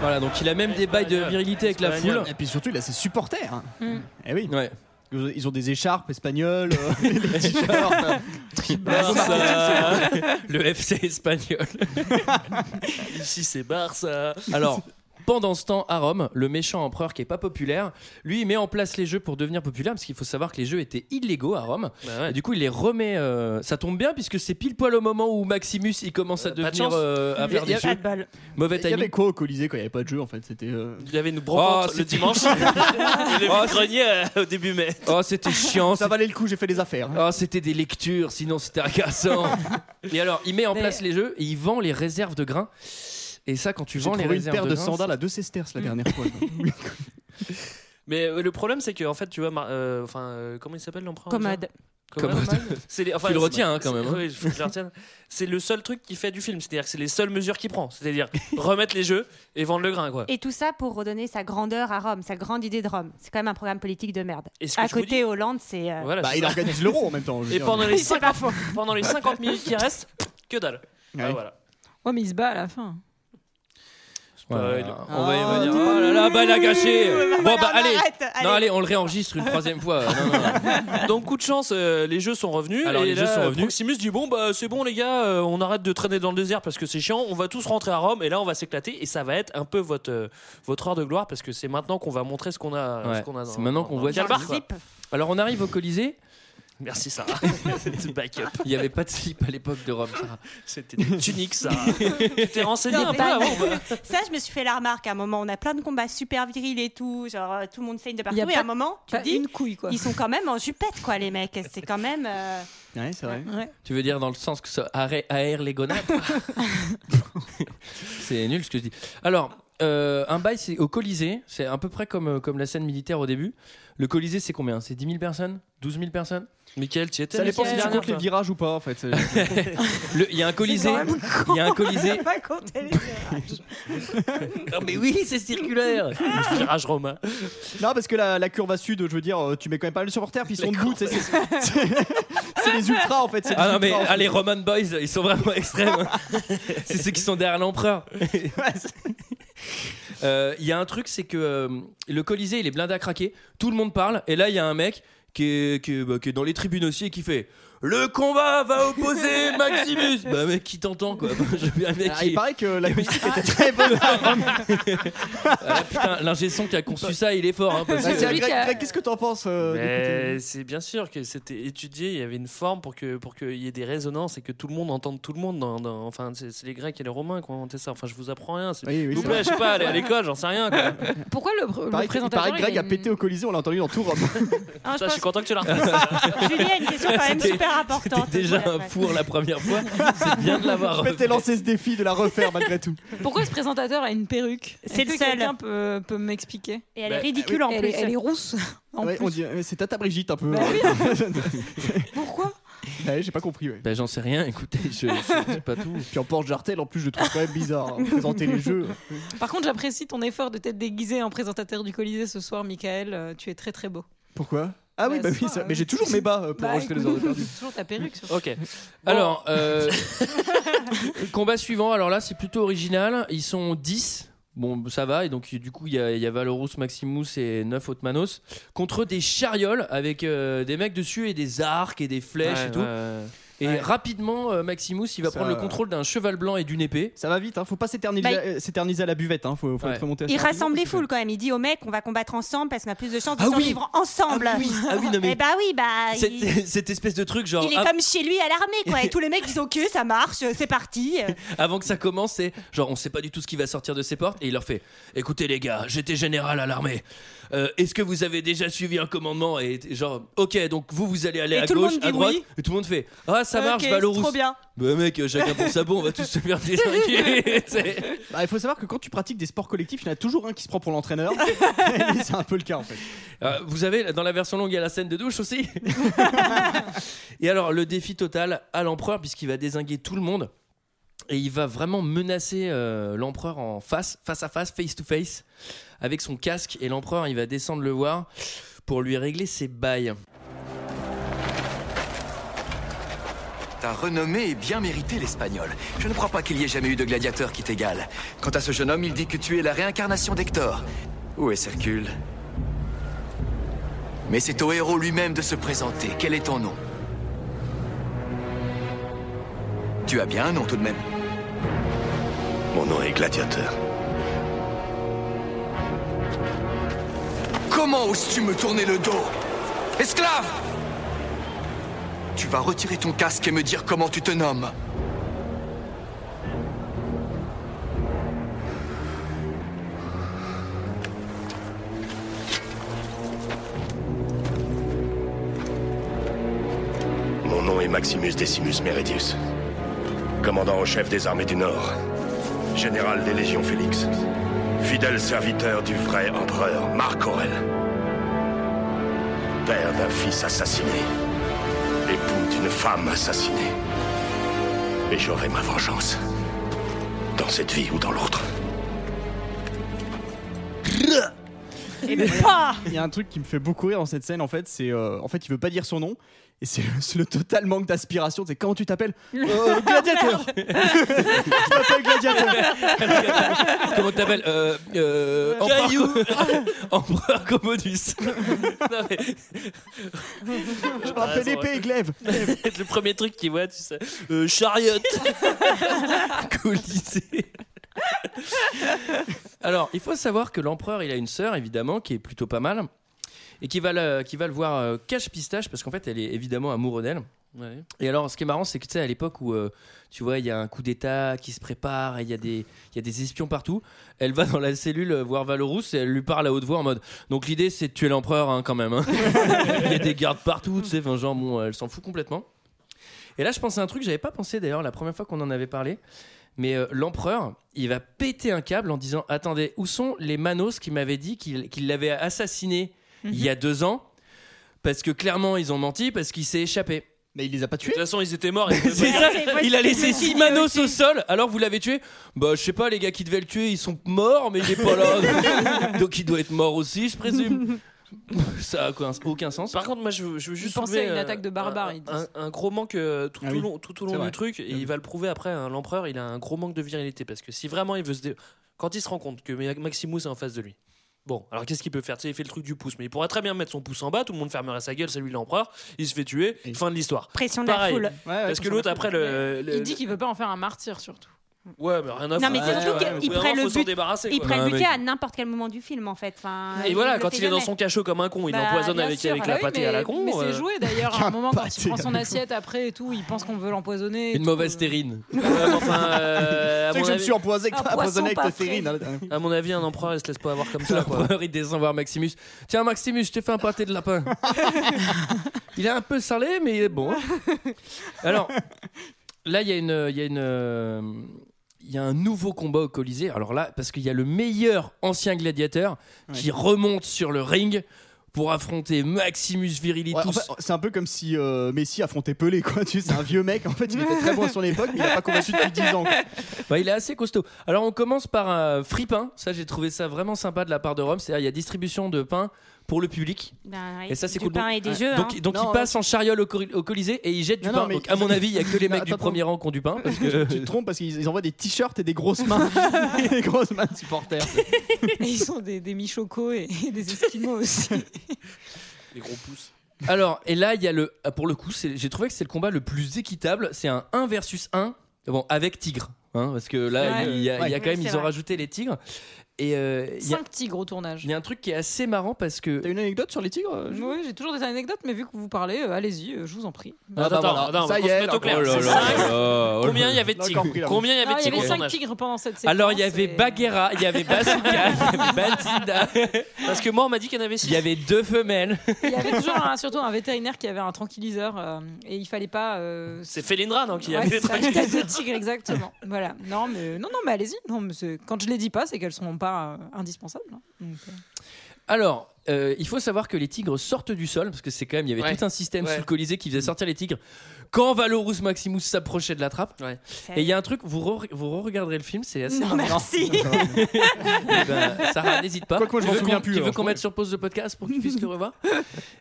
A: Voilà, donc il a même des bails de virilité avec la foule.
G: Espagnol.
H: Et puis surtout, il a ses supporters.
F: Mm.
H: Eh oui.
A: Ouais.
H: Ils ont des écharpes espagnoles, euh, des t-shirts.
A: Bah,
G: Ah,
A: Barça. le FC espagnol.
G: Ici, c'est Barça.
A: Alors, pendant ce temps, à Rome, le méchant empereur qui est pas populaire, lui, il met en place les jeux pour devenir populaire, parce qu'il faut savoir que les jeux étaient illégaux à Rome.
G: Bah ouais.
A: Et du coup, il les remet. euh, ça tombe bien, puisque c'est pile poil au moment où Maximus il commence à
G: Euh, pas de
A: devenir
G: chance.
A: euh, à
F: Il y a-
A: faire
F: il y
A: des
F: a
A: jeux.
F: Ah, pas de bol.
A: Mauvais
H: Il y avait
A: timing.
H: quoi au Colisée quand il n'y avait pas de jeu en fait C'était. euh,
G: Il y avait une brocante
A: Oh,
G: le
A: c'était-
G: dimanche. Il
A: Oh,
G: avait le grenier euh, au début mai.
A: Oh, c'était chiant.
H: Ça valait le coup, j'ai fait des affaires.
A: Ah, c'était des lectures, sinon c'était agaçant. et alors, il met en place les jeux et il vend les réserves de grains. Et ça, quand tu
H: J'ai
A: vends les
H: trouvé une
A: réserves
H: paire de,
A: grains,
H: sandales à deux sesterces la dernière fois.
G: Mais euh, le problème, c'est que en fait, tu vois, Mar- euh, enfin, euh, comment il s'appelle l'empereur déjà
F: Commode.
G: Commode. C'est les- enfin,
A: Tu le
G: c'est-
A: retiens, hein, quand même, hein.
G: c'est- oui, faut que je le retienne. C'est le seul truc qui fait du film, c'est-à-dire que c'est les seules mesures qu'il prend, c'est-à-dire remettre les jeux et vendre le grain, quoi.
F: Et tout ça pour redonner sa grandeur à Rome, sa grande idée de Rome. C'est quand même un programme politique de merde.
G: Et ce que
F: À
G: je vous dis-
F: côté, Hollande, c'est. euh,
G: Voilà,
H: Bah,
G: c'est
H: il
G: ça.
H: organise l'euro en même temps. je veux
G: Et
H: dire.
G: pendant les,
F: C'est pas
G: 50, pendant les 50 minutes qui restent, que dalle. Ah,
H: Ouais.
G: voilà.
J: Ouais, mais il se bat à la fin.
A: Ouais,
G: Spoil.
A: on va y
H: Ah.
A: revenir. Oh là là, bah il a gâché. Bon
F: voilà,
A: bah allez.
F: arrête,
A: Non allez, on le réenregistre une troisième fois. Non, non, non.
G: Donc coup de chance, euh, les jeux sont revenus.
A: Alors,
G: et
A: les
G: là,
A: jeux sont revenus.
G: Proximus dit bon bah c'est bon les gars, euh, on arrête de traîner dans le désert parce que c'est chiant. On va tous rentrer à Rome et là on va s'éclater et ça va être un peu votre euh, votre heure de gloire parce que c'est maintenant qu'on va montrer ce qu'on a.
A: Ouais,
G: ce qu'on a dans-
A: c'est maintenant
G: dans-
A: qu'on
G: dans-
A: voit
G: dans le
A: ça.
G: bar, quoi.
F: Zip.
A: Alors on arrive au Colisée.
G: Merci Sarah. C'était backup.
A: Il n'y avait pas de slip à l'époque de Rome. Sarah.
G: C'était des tuniques Sarah. tu t'es renseigné
F: Non,
G: un
F: mais-
G: peu avant. bah.
F: Ça, je me suis fait la remarque à un moment. On a plein de combats super virils et tout. Genre, euh, tout le monde saigne de partout.
J: Y a
F: Et
J: pas-
F: à un moment, tu
J: Pas
F: dis,
J: une couille, quoi.
F: ils sont quand même en jupette, quoi, les mecs. C'est quand même. euh,
H: Ouais, c'est vrai.
J: Ouais.
A: Tu veux dire dans le sens que ça arrête- aère les gonades C'est nul ce que je dis. Alors euh, un bail, c'est au Colisée. C'est à peu près comme, euh, comme la scène militaire au début. Le Colisée, c'est combien C'est 10 000 personnes 12 000 personnes
C: Michael, tu y étais
H: Ça dépend si
C: Michael
H: tu comptes les
C: Dernière,
H: virages ou pas, en fait. C'est-
A: Le- Il y a un Colisée.
F: quand même
A: Il y a un Colisée.
F: J'ai pas compté les virages.
A: mais oui, c'est circulaire.
C: toi. Virage romain.
H: non, parce que la, la curve à sud, je veux dire, euh, tu mets quand même pas le supporter, puis ils sont debout. tu sais, C'est c'est- c'est les ultras, en fait. c'est les
A: Ah non, mais
H: ultras, en fait.
A: ah, les Roman Boys, ils sont vraiment extrêmes. hein. c'est ceux qui sont derrière l'empereur. Euh, Il y a un truc, c'est que euh, le Colisée, il est blindé à craquer. Tout le monde parle. Et là, il y a un mec qui est, qui est- bah, qui est dans les tribunes aussi et qui fait Le combat va opposer Maximus. bah, mec, qui t'entend, quoi Je veux un mec
H: Ah,
A: qui-
H: il paraît que la musique était très bonne.
A: Ah, putain, l'ingé son qui a conçu ça, il est fort. hein, parce
H: Bah,
A: que-
H: tiens,
F: Celui
H: Greg,
F: qui a-
H: Greg, qu'est-ce que t'en penses euh, d'écouter
C: Mais c'est bien sûr que c'était étudié, il y avait une forme pour que pour qu'il y ait des résonances et que tout le monde entende tout le monde. Dans, dans- enfin, c'est c'est les Grecs et les Romains qui ont inventé ça. Enfin, je vous apprends rien. c'est-
H: Oui, oui,
C: S'il vous
H: c'est
C: plaît, je sais pas, allez à l'école, j'en sais rien. Quoi.
F: Pourquoi le, pr- le
H: Il paraît que- il
F: présentateur
H: paraît que
F: il a
H: Greg a
F: une-
H: pété au Colisée, on l'a entendu dans tout Rome.
F: Ah,
G: Non, je
C: Ça, je suis
G: pense
C: content que tu la refasses.
G: que Julie a une question quand même
A: C'était-
G: super
A: C'était
G: importante.
A: déjà
G: Voilà,
A: un
G: ouais.
A: four la première fois. C'est bien de l'avoir.
H: Je m'étais lancé ce défi de la refaire malgré tout.
F: Pourquoi ce présentateur a une perruque
G: C'est
F: Est-ce
G: le
F: que
G: seul.
F: Quelqu'un peut, peut m'expliquer
G: Et elle est
C: Bah,
G: ridicule en
F: elle,
G: plus.
F: est- elle est rousse. En
H: Ouais,
F: plus.
H: on dit, euh, c'est Tata Brigitte un peu.
F: Bah oui.
H: Ouais,
F: Pourquoi
H: J'ai pas compris. Ouais.
A: Ben, j'en sais rien, écoutez, je, je sais pas tout.
H: Puis en Porsche Jartel, en plus, je le trouve quand même bizarre. hein, présenter les jeux.
F: Par contre, j'apprécie ton effort de t'être déguisé en présentateur du Colisée ce soir, Michael. Euh, Tu es très très beau.
H: Pourquoi Ah oui,
F: Bah,
H: bah
F: c'est
H: oui,
F: pas,
H: ça-
F: ouais.
H: mais j'ai toujours mes bas euh, pour
F: Bah,
H: enregistrer les
F: écoute,
H: heures de perdu. Oh,
F: Toujours ta perruque. surtout.
C: ok.
A: Alors, euh, combat suivant. Alors là, c'est plutôt original. Ils sont 10. Bon, ça va. Et donc, du coup, il y, a- il y a Valorus Maximus et 9 autres Manos contre des charioles avec euh, des mecs dessus et des arcs et des flèches et tout. Et
H: Ouais.
A: rapidement, euh, Maximus, il va
H: Ça-
A: prendre le contrôle d'un cheval blanc et E d'une épée.
H: Ça va vite, hein, faut pas s'éterniser
G: Bah,
H: euh, s'éterniser à la buvette, hein, faut, faut
A: Ouais.
H: être remonté assez
G: Il
H: rapidement,
G: rassemble les
H: parce que-
G: foules quand même. Il dit aux mecs, on va combattre ensemble parce qu'on a plus de chances de
A: Ah oui.
G: survivre ensemble.
A: Ah oui, ah oui, non mais
G: Et bah oui, bah.
A: cette,
G: Il...
A: cette espèce de truc, genre
G: il est
A: av-
G: comme chez lui à l'armée, quoi. Et tous les mecs disent Ok, ça marche, c'est parti.
A: avant que ça commence, c'est genre on sait pas du tout ce qui va sortir de ses portes et il leur fait écoutez les gars, j'étais général à l'armée. Euh, Est-ce que vous avez déjà suivi un commandement et et genre ok donc vous vous allez aller
G: Et
A: à
G: tout le
A: gauche,
G: monde dit
A: à droite
G: oui.
A: et tout le monde fait ah ça marche
G: Ok, c'est
A: Valorous.
G: Trop bien.
A: Bah mec euh, chacun pour sa peau on va tous se faire déglinguer. C'est-
H: Bah, il faut savoir que quand tu pratiques des sports collectifs, il y en a toujours un qui se prend pour l'entraîneur. Et c'est un peu le cas en fait.
A: Euh, vous avez dans la version longue il y a la scène de douche aussi. et alors le défi total à l'empereur puisqu'il va désinguer tout le monde et il va vraiment menacer euh, l'empereur en face, face à face, face to face, avec son casque et l'empereur il va descendre le voir pour lui régler ses bails.
B: Ta renommée est bien méritée, l'Espagnol. Je ne crois pas qu'il y ait jamais eu de gladiateur qui t'égale. Quant à ce jeune homme, il dit que tu es la réincarnation d'Hector. Où est Hercule Mais c'est au héros lui-même de se présenter. Quel est ton nom Tu as bien un nom tout de même.
I: Mon nom est Gladiateur.
B: Comment oses-tu me tourner le dos Esclave Tu vas retirer ton casque et me dire comment tu te nommes.
I: Mon nom est Maximus Decimus Meridius, commandant en chef des armées du Nord, général des légions Félix, fidèle serviteur du vrai empereur Marc Aurel, père d'un fils assassiné, époux d'une femme assassinée. Et j'aurai ma vengeance, dans cette vie ou dans l'autre.
G: Et pas
H: Il y a un truc qui me fait beaucoup rire dans cette scène en fait, c'est euh, en fait il veut pas dire son nom et c'est le, c'est le total manque d'aspiration. C'est comment tu t'appelles Euh, Gladiateur. Je m'appelle Gladiateur.
A: Comment t'appelles euh, euh, Empereur- Empereur Commodus.
C: Non, mais
H: Je m'appelle
C: Ouais, ça
H: épée
C: aurait-
H: et glaive.
C: c'est le premier truc qu'il voit, tu sais. Euh, chariot.
A: Colisée. Alors, il faut savoir que l'empereur, il a une sœur, évidemment, qui est plutôt pas mal, et qui va le, qui va le voir euh, cache-pistache, parce qu'en fait, elle est évidemment amoureuse d'elle.
C: Ouais.
A: Et alors, ce qui est marrant, c'est que tu sais, à l'époque où, euh, tu vois, il y a un coup d'État qui se prépare, et il y, a des- il y a des espions partout, elle va dans la cellule euh, voir Valorous et elle lui parle à haute voix en mode Donc, l'idée, c'est de tuer l'empereur, hein, quand même. hein. il y a des gardes partout, tu sais, enfin, genre, bon, elle s'en fout complètement. Et là, je pense à un truc, j'avais pas pensé d'ailleurs la première fois qu'on en avait parlé. Mais euh, l'empereur, il va péter un câble en disant Attendez, où sont les Manos qui m'avaient dit qu'il qu'il l'avait assassiné
F: Mhm.
A: il y a deux ans Parce que clairement, ils ont menti, parce qu'il s'est échappé.
H: Mais il les a pas
C: De
H: tués
C: toute façon, ils étaient morts. ils étaient
A: C'est
C: morts.
A: ça,
G: c'est pas
A: il a
G: ce que
A: laissé
G: j'ai
A: six
G: dit
A: manos
G: aussi.
A: au sol. Alors vous l'avez tué Bah je sais pas, les gars qui devaient le tuer, ils sont morts, mais il est pas là. Donc il doit être mort aussi, je présume. Ça a quoi, aucun sens.
C: Par contre, moi, je, veux- je veux juste
F: pensaient
C: soulever,
F: à une
C: euh,
F: attaque de barbares,
C: un-
F: ils
C: Un,
F: disent.
C: un gros manque euh, tout,
H: Ah
C: au
H: oui.
C: long, tout au
H: C'est
C: long
H: vrai. Ah
C: du truc, et
H: Oui.
C: il va le prouver après. hein, L'empereur, il a un gros manque de virilité parce que si vraiment il veut se dé- quand il se rend compte que Ma- Maximus est en face de lui. Bon, alors qu'est-ce qu'il peut faire Tu sais, il fait le truc du pouce, mais il pourrait très bien mettre son pouce en bas, tout le monde fermerait sa gueule, c'est lui l'empereur, il se fait tuer,
H: Et-
C: fin de l'histoire.
G: Pression de
C: Pareil.
G: la foule.
C: Parce que l'autre, après, le, le-
F: Il dit qu'il veut pas en faire un martyr surtout.
C: Ouais, mais rien à
G: Non, mais
C: foutre.
G: surtout qu'il
C: Au bout d'un
G: prend
C: moment,
G: le
C: faut s'en
G: but-
C: débarrasser,
G: Il
C: quoi.
G: prend le
A: Ouais,
G: buquet
A: mais-
G: à n'importe quel moment du film en fait. Enfin,
C: Et
G: il
C: voilà,
G: le
C: quand
G: fait
C: il est dans
G: jamais.
C: son cachot comme un con, il
G: Bah,
C: empoisonne
F: Bien
C: avec,
F: sûr.
C: avec
F: Ah
C: la
F: oui,
C: pâtée
F: mais-
C: à la con.
F: Mais
C: euh,
F: c'est joué d'ailleurs. À
H: La
F: un moment, quand
H: pâtée
F: il prend
H: à la
F: son
H: con.
F: assiette après et tout, il pense qu'on veut l'empoisonner. et
A: Une
F: tout.
A: mauvaise terrine.
C: ouais, mais enfin, euh, à
H: Tu sais
C: mon
H: que je me
C: avis-
H: suis empoisonné
F: Un
H: empoisonné avec
F: poisson pas
H: ta
F: frais.
H: série. dans le-
C: À mon avis, un empereur, il se laisse pas avoir comme ça, quoi.
A: L'empereur, il descend voir Maximus. Tiens, Maximus, je t'ai fait un pâté de lapin. il est un peu salé, mais bon. hein. Alors, là, il y a une. Il y a une. euh, Il y a un nouveau combat au Colisée. Alors là, parce qu'il y a le meilleur ancien gladiateur qui remonte sur le ring pour affronter Maximus
H: Ouais,
A: Virilitus.
H: en fait, c'est un peu comme si euh, Messi affrontait Pelé, quoi. Tu sais, c'est un vieux mec. En fait, il était très bon sur l'époque, mais il a pas combattu depuis 10 ans. quoi.
A: Bah, il est assez costaud. Alors on commence par un free pain. Ça, j'ai trouvé ça vraiment sympa de la part de Rome. C'est-à-dire, il y a distribution de pain pour le public.
G: Ben, ouais,
A: Et ça, c'est
G: du
A: cool. Ah.
G: pain et des
H: Ouais.
G: jeux. hein.
A: Donc, donc
H: Non,
A: il passe en chariole au, Cori- au Colisée et il jette du
H: Non,
A: pain.
H: non, mais-
A: donc, à mon avis, il y a que les
H: Non,
A: mecs du
H: attends,
A: premier rang qui ont du pain. Parce que...
H: Tu te trompes parce qu'ils ils envoient des t-shirts et des grosses mains. des grosses mains de supporters.
F: Et ils sont des, des michocos et, et des esquimaux aussi.
C: Les gros pouces.
A: Alors, et là, il y a le. ah, Pour le coup, c'est- j'ai trouvé que c'est le combat le plus équitable. C'est un 1 versus 1. Bon, avec tigre. hein, parce que là,
F: Ouais.
A: il y a, il y a
G: Ouais.
A: quand même,
G: Oui,
A: ils
G: c'est
A: ont
G: vrai.
A: rajouté les tigres. Et euh, il y a-
F: Cinq tigres au tournage.
A: il y, a un truc qui est assez marrant parce que.
H: T'as une anecdote sur les tigres euh, Jules
F: Oui, j'ai toujours des anecdotes, mais vu que vous parlez, euh, allez-y, euh, je vous en prie.
H: Ah, bah,
C: Attends,
H: voilà.
C: attends,
H: Ça
C: on va
H: y est,
C: se mettre au clair.
A: Oh là
C: C'est
A: là là
C: cinq.
A: là, oh là
C: Combien il y avait de
H: Là,
C: tigres
H: encore pris, là.
C: Combien il y avait
F: Ah,
C: de
F: il y
C: tigres
F: avait
C: au
F: cinq
C: tournage
F: tigres pendant cette séquence.
A: Alors, il y avait
F: et-
A: Bagheera, il y avait Bazooka, il y avait Bandida,
C: Parce que moi, on m'a dit qu'il y en avait
A: il y
C: 6.
A: avait deux femelles.
F: Il y avait toujours un- surtout un vétérinaire qui avait un tranquilliseur euh, et il fallait pas. euh,
C: C'est Felindra, non, qui
F: Ouais,
C: avait des
F: c'est ça,
C: trucs.
F: une tête de tigre, exactement. Voilà. Non, mais non, non, mais allez-y. Non, mais c'est- quand je les dis pas, c'est qu'elles seront pas euh, indispensables. hein. Donc, euh,
A: Alors, euh, il faut savoir que les tigres sortent du sol, parce que c'est quand même, il y avait
C: Ouais.
A: tout un système
C: Ouais.
A: sous le Colisée qui faisait sortir les tigres quand Valorus Maximus s'approchait de la trappe.
C: Ouais.
A: Et il y a un truc, vous, re- vous regarderez le film, c'est assez.
G: Non, merci.
A: Eh ben, Sarah, n'hésite pas.
H: Quoique moi,
A: Tu
H: je m'en
A: veux
H: souviens
A: qu'on-
H: plus, hein.
A: Tu
H: alors,
A: veux
H: je
A: qu'on
H: crois.
A: mette sur pause le podcast pour que tu puisses le revoir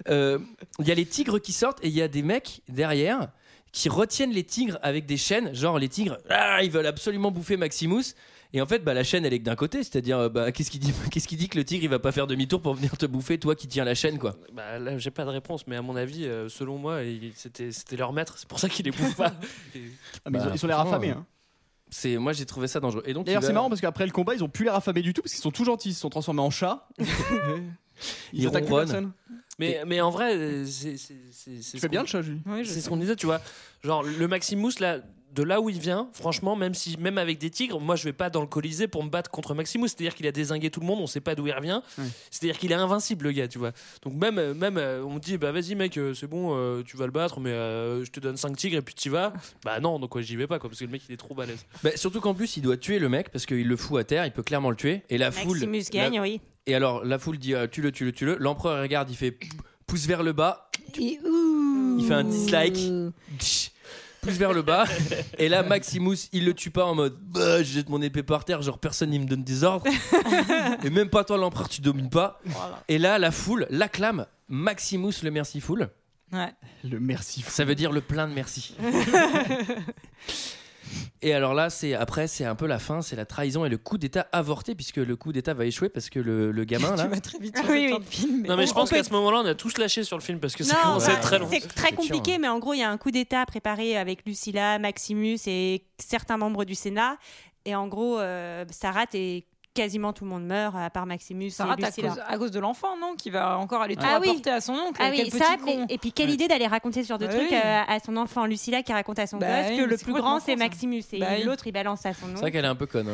A: Euh, Il y a les tigres qui sortent et il y a des mecs derrière qui retiennent les tigres avec des chaînes. Genre, les tigres, ah, ils veulent absolument bouffer Maximus. Et en fait, bah, la chaîne, elle est que d'un côté. C'est-à-dire, euh, bah, qu'est-ce qui, dit, qu'est-ce qui dit que le tigre, il va pas faire demi-tour pour venir te bouffer, toi qui tiens la chaîne, quoi
C: Bah, là, j'ai pas de réponse, mais à mon avis, euh, selon moi, il- c'était c'était leur maître. C'est pour ça qu'il les bouffe pas.
H: Ah, mais ils ont-
A: Bah,
H: Ils sont l'air
A: franchement,
H: affamés. hein.
A: c'est, Moi, j'ai trouvé ça dangereux. Et donc,
H: D'ailleurs,
A: il va-
H: c'est marrant parce qu'après le combat, ils ont plus l'air affamés du tout parce qu'ils sont tout gentils. Ils se sont transformés en chats.
A: Ils
H: attaquent plus
A: ronronnent.
H: personne.
C: Mais, mais en vrai, euh, c'est. c'est- c'est- c'est
H: Tu
C: ce
H: fais bien
C: qu'on-
H: le chat, Julie
F: oui, je-
C: C'est ce qu'on disait, tu vois. Genre, le Maximus, là, de là où il vient, franchement, même si même avec des tigres, moi, je vais pas dans le Colisée pour me battre contre Maximus. C'est-à-dire qu'il a désingué tout le monde, on sait pas d'où il revient.
H: Ouais.
C: C'est-à-dire qu'il est invincible, le gars, tu vois. Donc, même, euh, même euh, on dit, bah vas-y, mec, euh, c'est bon, euh, tu vas le battre, mais euh, je te donne 5 tigres et puis tu vas. Bah non, donc ouais, j'y vais pas, quoi, parce que le mec, il est trop balèze.
A: Bah, surtout qu'en plus, il doit tuer le mec parce qu'il le fout à terre. Il peut clairement le tuer. Et la foule.
G: Maximus
A: la-
G: gagne, oui.
A: Et alors, la foule dit euh, tue-le, tue-le, tue-le. L'empereur il regarde, il fait p- pouce vers le bas,
F: Et- ouh.
A: Il fait un dislike. gsh, pouce vers le bas. Et là, Maximus, il le tue pas en mode bah, je jette mon épée par terre, genre personne il me donne des ordres. et même pas toi, l'empereur, tu domines pas. Et là, la foule l'acclame Maximus le Merciful.
F: Ouais.
H: Le merci. fou.
A: Ça veut dire le plein de merci. Et alors là, c'est après, c'est un peu la fin, c'est la trahison et le coup d'État avorté puisque le coup d'État va échouer parce que le, le gamin là,
F: Tu vas très vite sur
G: Ah oui,
F: cette
G: oui.
F: fin de film. mais-
C: Non, mais je
G: on
C: pense
G: peut-
C: qu'à ce moment-là, on a tous lâché sur le film parce que c'est
G: Non,
C: c'est
G: bah,
C: très long.
G: C'est très
A: C'est
G: compliqué,
A: chiant,
G: mais en gros, il y a un coup d'État préparé avec Lucilla, Maximus et certains membres du Sénat. Et en gros, euh, Sarah, t'es
F: quasiment tout le monde meurt, à part Maximus
H: Ça
F: et
H: rate à
F: Lucilla.
H: cause, à cause de l'enfant, non Qui va encore aller tout
F: Ah oui.
H: rapporter à son oncle.
F: Ah oui,
H: quel
F: ça,
H: petit
F: mais-
H: con.
F: et puis quelle idée d'aller raconter ce genre de
H: Bah
F: truc
H: oui.
F: euh, à son enfant Lucilla qui raconte à son
H: Bah
F: gosse
H: oui,
F: que
H: mais
F: le
H: c'est
F: plus
H: complètement
F: grand
H: con,
F: c'est
H: ça.
F: Maximus et
H: Bah oui.
F: l'autre il balance à son
A: C'est
F: nom.
A: vrai qu'elle est un peu conne. hein,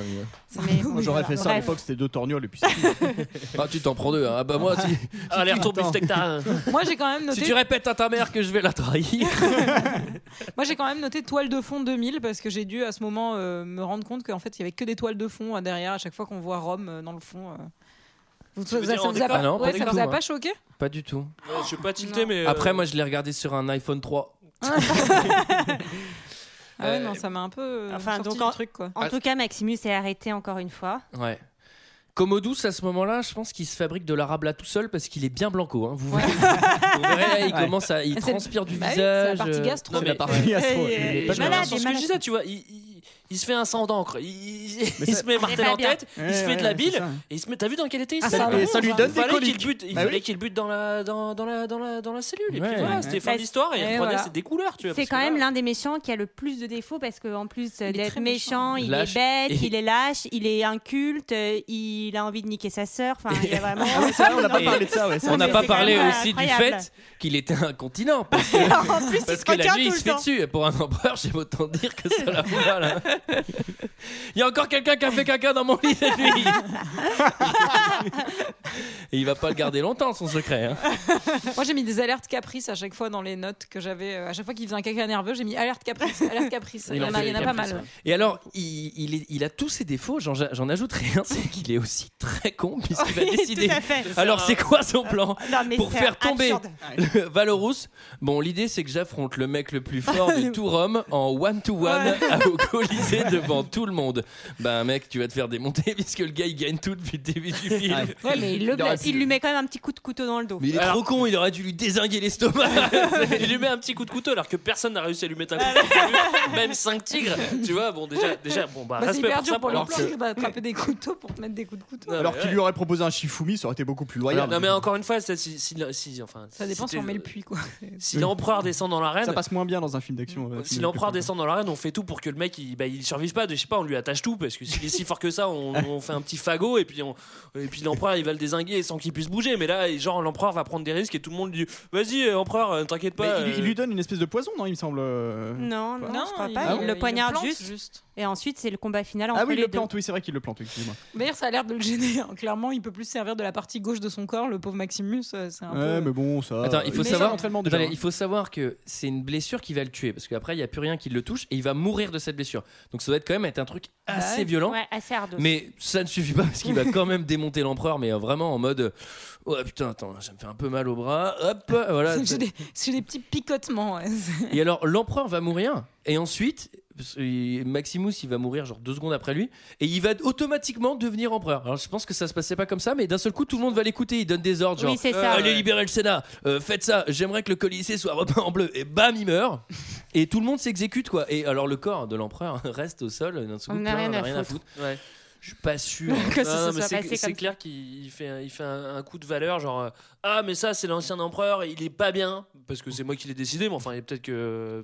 A: Mia.
F: Mais
B: Moi, j'aurais fait ça à
F: Bref.
B: l'époque, c'était deux torgnoles et puis c'est tout.
A: Ah, tu t'en prends deux. hein. Ah bah moi, si,
G: Allez, retourne
B: Attends.
G: bifteck tarin.
H: Moi, j'ai quand même
A: si
H: noté.
A: tu répètes à ta mère que je vais la trahir.
H: Moi, j'ai quand même noté toile de fond 2000 parce que j'ai dû à ce moment euh, me rendre compte qu'en fait, il y avait que des toiles de fond euh, derrière à chaque fois qu'on voit Rome euh, dans le fond. euh. Vous,
G: Tu veux
H: ça,
G: dire
H: ça
G: en
H: vous a
G: décor
H: pas,
A: Ah non, pas
H: ouais,
A: du
H: ça
A: tout,
H: vous a
G: hein.
A: moi.
H: pas choqué
A: Pas du tout.
G: Ouais, Je suis pas tilté,
H: Non.
G: mais. euh,
A: Après, moi, je l'ai regardé sur un iPhone 3.
H: Ah ouais,
A: Euh,
H: non, ça m'a un peu euh,
F: enfin,
H: sorti
F: donc,
H: du
F: en-
H: truc quoi.
F: En tout cas, Maximus est arrêté encore une fois.
G: Euh,
A: Ouais. Commodus, à ce moment-là, je pense qu'il se fabrique de l'arabla tout seul parce qu'il est bien blanco. hein. Vous verrez, Vous verrez, là, il
B: Ouais.
A: commence à, il
H: C'est-
A: transpire du
H: Bah oui, c'est la
A: visage.
H: partie
A: euh,
H: gastro.
A: non,
G: C'est
A: mais-
G: la partie-
B: Il y a trop-
F: Et-
B: il est
G: Et
B: pas
G: j'ai
F: Euh, malade,
B: bien.
G: l'impression
F: et
G: ce que je
F: malade.
G: disais, tu vois, il, il- il se fait un sang d'encre, il, il- il se met
F: C'est
G: martel
F: pas
G: en
F: bien.
G: tête, il se
B: Ouais,
G: fait de la
B: ouais, c'est
G: bile,
B: ça.
G: et il se met, t'as vu dans quel état il
H: Ah,
G: s'est
H: ça
B: Et ça lui donne
G: Il
B: des
G: fallait qu'il
B: coliques.
G: bute, il
B: Bah
G: fallait
B: oui.
G: qu'il bute dans la, dans, dans la, dans la, dans la cellule, et
A: Ouais.
G: puis voilà,
A: Ouais.
G: c'était fin
F: Bah,
G: de l'histoire, et
H: et
G: il prenait
H: voilà.
G: ses découleurs, tu vois.
F: C'est
G: parce que
F: quand même
G: là-
F: l'un des méchants qui a le plus de défauts parce que en plus
H: est
F: d'être
H: très
F: méchant,
H: méchant.
F: il
A: Lâche.
F: est bête,
A: Et-
F: il est lâche, il est inculte, euh, il a envie de niquer sa sœur. Enfin, il y a vraiment.
B: Ah ouais, c'est vrai, on n'a pas
A: Et-
B: parlé de ça, ouais. c'est
A: On n'a
F: Ah, Mais
A: pas
F: c'est quand
A: parlé
F: même
A: aussi du
F: incroyable.
A: fait qu'il était incontinent. Parce que,
F: en plus, il
A: parce
F: se
A: que la
F: retient
A: nuit, il se
F: tout le
A: fait
F: temps.
A: dessus. Et pour un empereur, j'ai autant dire que ça la fout mal. hein. Il y a encore quelqu'un qui a fait caca dans mon lit cette nuit. Et il va pas le garder longtemps, son secret. hein.
H: Moi, j'ai mis des alertes caprices à chaque fois dans les notes que j'avais. euh, À chaque fois qu'il faisait un caca nerveux, j'ai mis alerte caprice, alerte caprice.
A: Il
H: Il y
A: en
H: en a,
A: fait
H: il y en a
A: des
H: pas
A: caprices,
H: mal.
A: Et alors, il, il est- il a tous ses défauts. J'en j'en ajouterai un c'est qu'il est aussi très con, puisqu'il a
F: Oui,
A: décidé.
F: tout à fait.
A: Alors, c'est quoi son plan
F: Non, mais
A: Pour
F: c'est
A: faire tomber Ah,
F: absurde.
A: Le Valorous, bon, l'idée c'est que j'affronte le mec le plus fort de tout Rome en one-to-one à- au Colisée devant tout le monde. Bah, mec, tu vas te faire démonter puisque le gars il gagne tout depuis le début du film.
B: Ouais.
H: Ouais, mais il le
B: aurait
H: blesse.
B: pu-
F: Il lui met quand même un petit coup de couteau dans le dos.
A: Mais il est trop con, il aurait dû lui désinguer l'estomac.
G: il lui met un petit coup de couteau alors que personne n'a réussi à lui mettre un coup de couteau, même cinq tigres. Tu vois, bon déjà, déjà bon bah,
H: Bah, c'est
G: respect
H: hyper
G: pour
H: dur
G: ça
H: pour
G: alors
H: le
G: que-
H: plan d'attraper des couteaux pour te mettre des coups de couteau.
G: Non,
B: Alors
G: mais
B: qu'il
G: ouais.
B: lui aurait proposé un Shifumi, ça aurait été beaucoup plus loyal.
G: Non mais encore une fois, ça, si, si, si- enfin,
H: Ça dépend si
G: t'es-
H: on met le puits quoi.
G: Si l'empereur descend dans l'arène,
B: Ça passe moins bien dans un film d'action. euh,
G: Si
B: film
G: l'empereur
B: plus-
G: descend dans l'arène, on fait tout pour que le mec il, bah, il survive pas. Je sais pas, on lui attache tout parce que s'il est si fort que ça, on, on fait un petit fagot et puis, on- et puis l'empereur il va le désinguer sans qu'il puisse bouger. Mais là, genre l'empereur va prendre des risques et tout le monde lui dit Vas-y, euh, empereur, euh, t'inquiète
B: Mais
G: pas.
B: il, lui-
G: euh,
B: il lui donne une espèce de poison, non Il me semble. euh,
F: Non, non, je crois pas.
B: Ah
F: il,
B: bon
F: le poignarde
H: plante,
F: juste. Et ensuite, c'est le combat final entre
B: Ah oui, il
F: les
B: le
F: deux.
B: plante, oui, c'est vrai qu'il le plante, excusez-moi.
H: D'ailleurs, ça a l'air de le gêner. hein. Clairement, il peut plus se servir de la partie gauche de son corps, le pauvre Maximus. euh, C'est un
B: Ouais,
H: peu.
B: mais bon, ça.
A: Attends, il faut
B: fait
A: savoir-
B: ça à l'entraînement déjà.
A: Attendez, il faut savoir que c'est une blessure qui va le tuer parce qu'après il n'y a plus rien qui le touche et il va mourir de cette blessure. Donc ça doit être quand même être un truc assez
H: Ah Ouais.
A: violent.
F: Ouais, assez ardo.
A: Mais ça ne suffit pas parce qu'il va quand même démonter l'empereur, mais euh, vraiment en mode euh, Oh putain, attends, ça me fait un peu mal au bras, hop, voilà.
H: C'est- J'ai des, j'ai des petits picotements. ouais. C'est-
A: Et alors, l'empereur va mourir, et ensuite, parce que Maximus, il va mourir genre deux secondes après lui, et il va automatiquement devenir empereur. Alors, je pense que ça se passait pas comme ça, mais d'un seul coup, tout le monde va l'écouter, il donne des ordres, genre
F: Oui, c'est
A: euh,
F: ça.
A: Allez libérer le Sénat, euh, faites ça, j'aimerais que le Colisée soit repeint en bleu, et bam, il meurt. Et tout le monde s'exécute, quoi. Et alors, le corps de l'empereur reste au sol, d'un seul
F: On
A: coup,
F: n'a
A: plein,
F: rien
A: on n'a
F: à
A: rien à
F: foutre.
A: foutre.
G: ouais.
A: Je suis pas sûr.
F: que ça
G: Non,
F: se
G: mais
F: soit
G: c'est-
F: passé
G: c'est
F: comme
G: clair qu'il il fait, un- il fait un, un coup de valeur, genre euh, ah mais ça c'est l'ancien empereur, il est pas bien parce que c'est moi qui l'ai décidé, mais enfin il y a peut-être que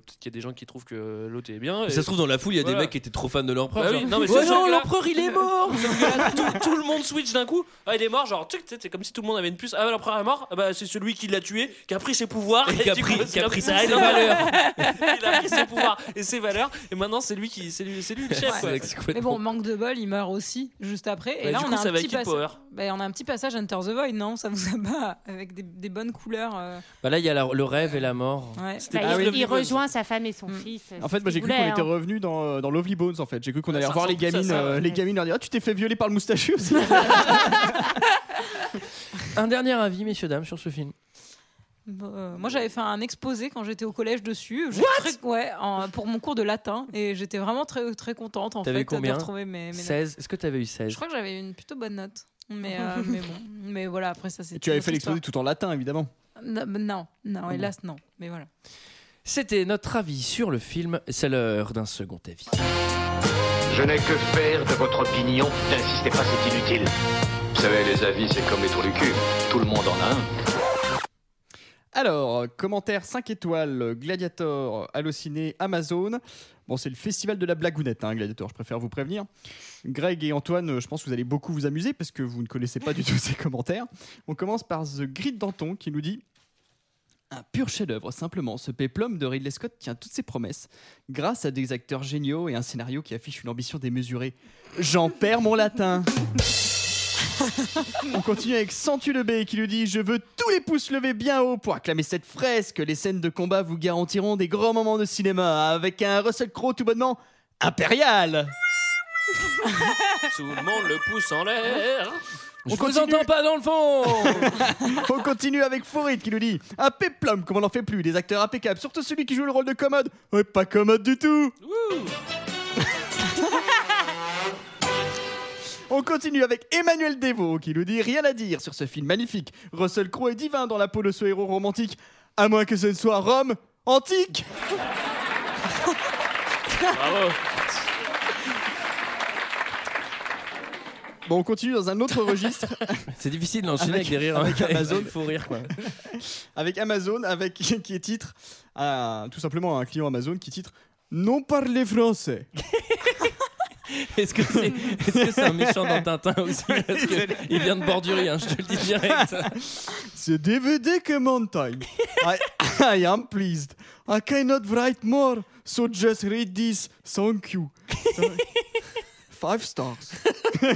G: peut-être qu'il y a des gens qui trouvent que l'autre est bien.
A: Ça se trouve, dans la foule, il y a des
G: Voilà.
A: mecs qui étaient trop fans de l'empereur.
G: Bah oui,
A: genre,
G: non, mais
A: Oh
G: c'est sûr
A: non,
G: que là-
A: l'empereur, il est mort
G: Sauf que là, tout, tout le monde switch d'un coup. Ah, il est mort, genre, tuc, tu sais, c'est comme si tout le monde avait une puce. Ah, bah, l'empereur est mort. Ah, bah, c'est celui qui l'a tué, qui a pris ses pouvoirs.
A: Et qui a
G: du
A: pris-
G: coup,
A: qui a
G: c'est
A: pris
G: comme ça,
A: ses
G: il a-
A: valeurs.
G: Il a pris ses pouvoirs et ses valeurs. Et maintenant, c'est lui qui, c'est lui, c'est lui le chef. quoi.
A: C'est complètement-
H: Mais bon, manque de bol, il meurt aussi juste après. Et
G: Bah,
H: là,
G: du
H: on
G: coup,
H: a
G: ça
H: un
G: va
H: petit
G: qui le
H: passage.
G: power
H: Bah, on a un petit passage Enter the Void, non Ça vous abat avec des, des bonnes couleurs. euh,
A: Bah là, il y a la- le rêve et la mort.
H: ouais.
G: C'était
F: Bah,
G: plus
F: il,
G: Lovely
F: il
G: Bones.
F: rejoint sa femme et son
H: Mm.
F: fils.
B: Ah
F: euh,
B: En fait, moi j'ai cru qu'on était
F: hein.
B: revenu dans, euh, dans Lovely Bones en fait. J'ai cru qu'on
G: Ouais,
B: allait
G: ça
B: revoir les
G: ressemble plus à
B: gamines,
G: ça,
B: euh,
G: ouais.
B: les gamines leur dire Ah, tu t'es fait violer par le moustachu aussi.
A: Un dernier avis, messieurs, dames, sur ce film.
H: Bon, euh, moi, j'avais fait un exposé quand j'étais au collège dessus. J'étais très- ouais, en- pour mon cours de latin. Et j'étais vraiment très, très contente en
A: T'avais
H: fait de
A: combien
H: retrouver mes, mes notes.
A: 16. Est-ce que tu avais eu 16
H: Je crois que j'avais une plutôt bonne note. Mais, euh, mais bon, mais voilà, après ça c'est.
B: tu avais
H: une
B: fait
H: autre histoire.
B: l'exposé tout en latin évidemment.
H: Non, non, non, hélas, non. Mais voilà.
A: C'était notre avis sur le film. C'est l'heure d'un second avis.
K: Je n'ai que faire de votre opinion. N'insistez pas, c'est inutile.
L: Vous savez, les avis, c'est comme les trous du cul. Tout le monde en a un.
H: Alors, commentaire 5 étoiles, Gladiator, Allociné, Amazon. Bon, c'est le festival de la blagounette, hein, Gladiator, je préfère vous prévenir. Greg et Antoine, euh, je pense que vous allez beaucoup vous amuser parce que vous ne connaissez pas du tout ces commentaires. On commence par The Grid Danton qui nous dit Un pur chef-d'œuvre, simplement. Ce péplum de Ridley Scott tient toutes ses promesses grâce à des acteurs géniaux et un scénario qui affiche une ambition démesurée. J'en perds mon latin on continue avec Santu le B qui nous dit Je veux tous les pouces levés bien haut pour acclamer cette fresque. Les scènes de combat vous garantiront des grands moments de cinéma avec un Russell Crowe tout bonnement impérial.
C: Tout le monde le pouce en l'air.
A: Je vous
H: continue.
A: entends pas dans le fond
H: On continue avec Fourid qui nous dit Un péplum comme on n'en fait plus, des acteurs impeccables, surtout celui qui joue le rôle de commode. Ouais, pas commode du tout On continue avec Emmanuel Devaux qui nous dit Rien à dire sur ce film magnifique. Russell Crowe est divin dans la peau de ce héros romantique, à moins que ce ne soit Rome antique
C: Bravo.
H: Bon, on continue dans un autre registre
A: C'est difficile d'enchaîner avec,
H: Avec-
A: des rires.
H: avec Amazon.
A: il faut rire quoi.
H: avec Amazon, avec qui est titre à- tout simplement un client Amazon qui titre Non parler français.
A: Est-ce que c'est est-ce que c'est un méchant dans Tintin aussi Parce que Il vient de Bordurie, hein, je te le dis direct.
H: C'est DVD command time. I, Ah, I am pleased. I cannot write more, so just read this. Thank you. Five stars.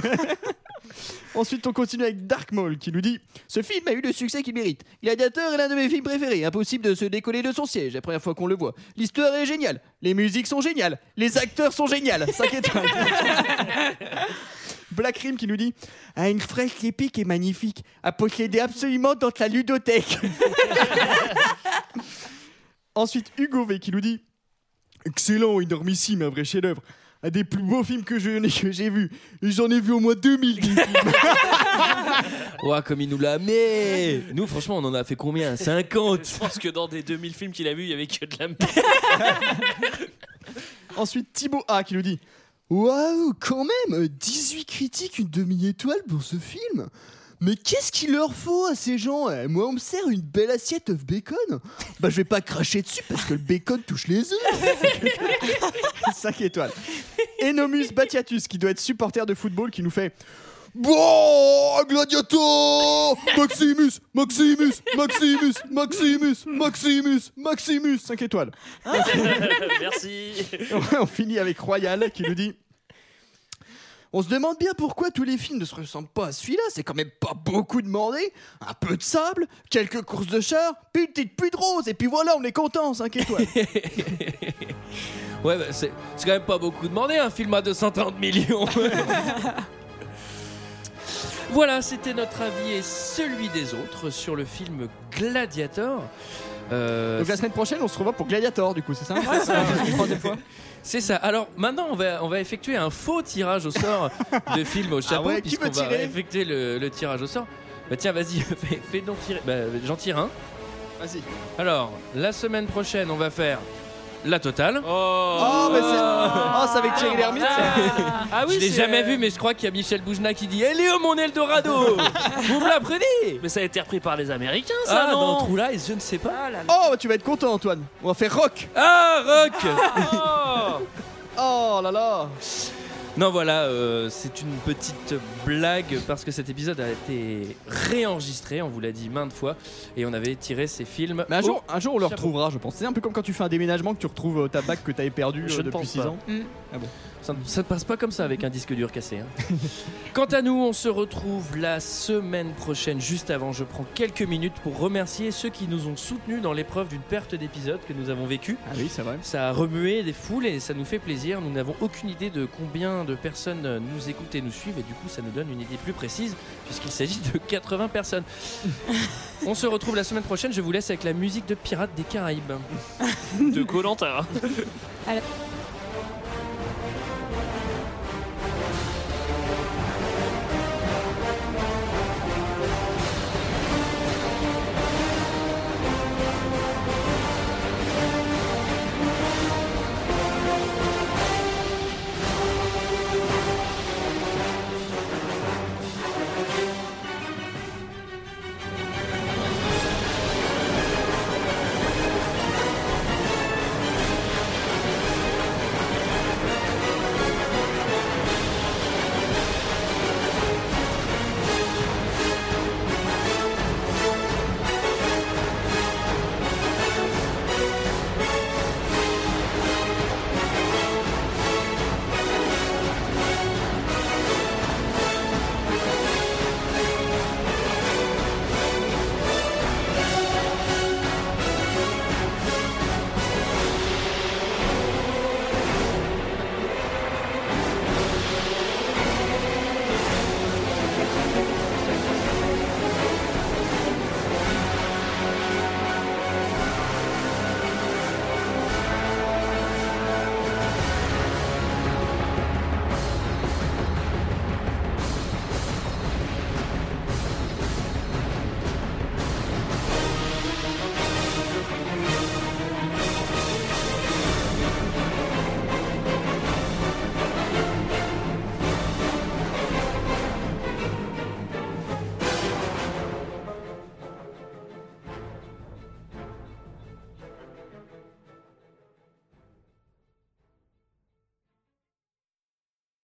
H: Ensuite, on continue avec Dark Maul qui nous dit
M: Ce film a eu le succès qu'il mérite. Gladiator est l'un de mes films préférés. Impossible de se décoller de son siège la première fois qu'on le voit. L'histoire est géniale. Les musiques sont géniales. Les acteurs sont géniales.
H: 5 étoiles. Black Rim qui nous dit Ah, une fresque épique et magnifique à posséder absolument dans la ludothèque. Ensuite, Hugo V qui nous dit Excellent, énormissime, un vrai chef-d'œuvre. Un des plus beaux films que je- que j'ai vu. J'en ai vu au moins 2000. des films.
A: Ouah, comme il nous l'a mais Nous, franchement, on en a fait combien 50
C: Je pense que dans des 2000 films qu'il a vus, il y avait que de la merde.
H: Ensuite, Thibaut A qui nous dit
M: Waouh, quand même 18 critiques, une demi-étoile pour ce film mais qu'est-ce qu'il leur faut à ces gens Eh, Moi, on me sert une belle assiette of bacon. Bah, je vais pas cracher dessus parce que le bacon touche les œufs.
H: 5 étoiles. Enomus Batiatus, qui doit être supporter de football, qui nous fait Bon, Gladiator Maximus, Maximus, Maximus, Maximus, Maximus, Maximus 5 étoiles.
C: Merci.
H: On finit avec Royal, qui nous dit
M: On se demande bien pourquoi tous les films ne se ressemblent pas à celui-là. C'est quand même pas beaucoup demandé. Un peu de sable, quelques courses de chars, puis une petite pluie de rose. Et puis voilà, on est content, 5 étoiles.
A: Ouais, bah, c'est c'est quand même pas beaucoup demandé un film à 230 millions. voilà, c'était notre avis et celui des autres sur le film Gladiator. Euh,
H: Donc la semaine prochaine, on se revoit pour Gladiator, du coup, c'est ça Troisième fois.
A: c'est ça. Alors maintenant, on va, on va effectuer un faux tirage au sort de film au chapeau,
H: Ah ouais, qui
A: puisqu'on
H: veut
A: va
H: tirer
A: effectuer le, le tirage au sort. Bah tiens, vas-y, fais, fais donc tirer. Bah, j'en tire un.
H: Vas-y.
A: Alors, la semaine prochaine, on va faire la totale.
H: Oh,
C: Oh.
H: bah c'est... oh, c'est avec Thierry Lhermitte
C: Ah oui,
A: je l'ai
C: c'est-
A: jamais vu, mais je crois qu'il y a Michel Boujna qui dit Eh Léo, mon Eldorado Vous me l'apprenez
C: Mais ça a été repris par les Américains, ça,
A: Ah, dans
C: non
A: True Lies, je ne sais pas.
H: Oh, bah, tu vas être content, Antoine. On va faire rock.
A: Ah, rock
C: Oh.
H: Oh là là.
A: Non, voilà, euh, c'est une petite blague parce que cet épisode a été réenregistré, on vous l'a dit maintes fois, et on avait tiré ces films.
H: Mais un
A: au-
H: jour, un jour on le
A: Oh. chapeau.
H: retrouvera, je pense. C'est un peu comme quand tu fais un déménagement que tu retrouves euh, ta bague que t'avais perdue
C: Je
H: euh,
C: ne
H: depuis
C: pense
H: 6
C: pas.
H: ans.
A: Ça ne ça ne passe pas comme ça avec un disque dur cassé. hein. Quant à nous, on se retrouve la semaine prochaine. Juste avant, je prends quelques minutes pour remercier ceux qui nous ont soutenus dans l'épreuve d'une perte d'épisode que nous avons vécue.
H: Ah oui, c'est vrai.
A: Ça a remué des foules et ça nous fait plaisir. Nous n'avons aucune idée de combien de personnes nous écoutent et nous suivent et du coup ça nous donne une idée plus précise puisqu'il s'agit de 80 personnes. On se retrouve la semaine prochaine. Je vous laisse avec la musique de Pirates des Caraïbes.
C: De Koh-Lanta.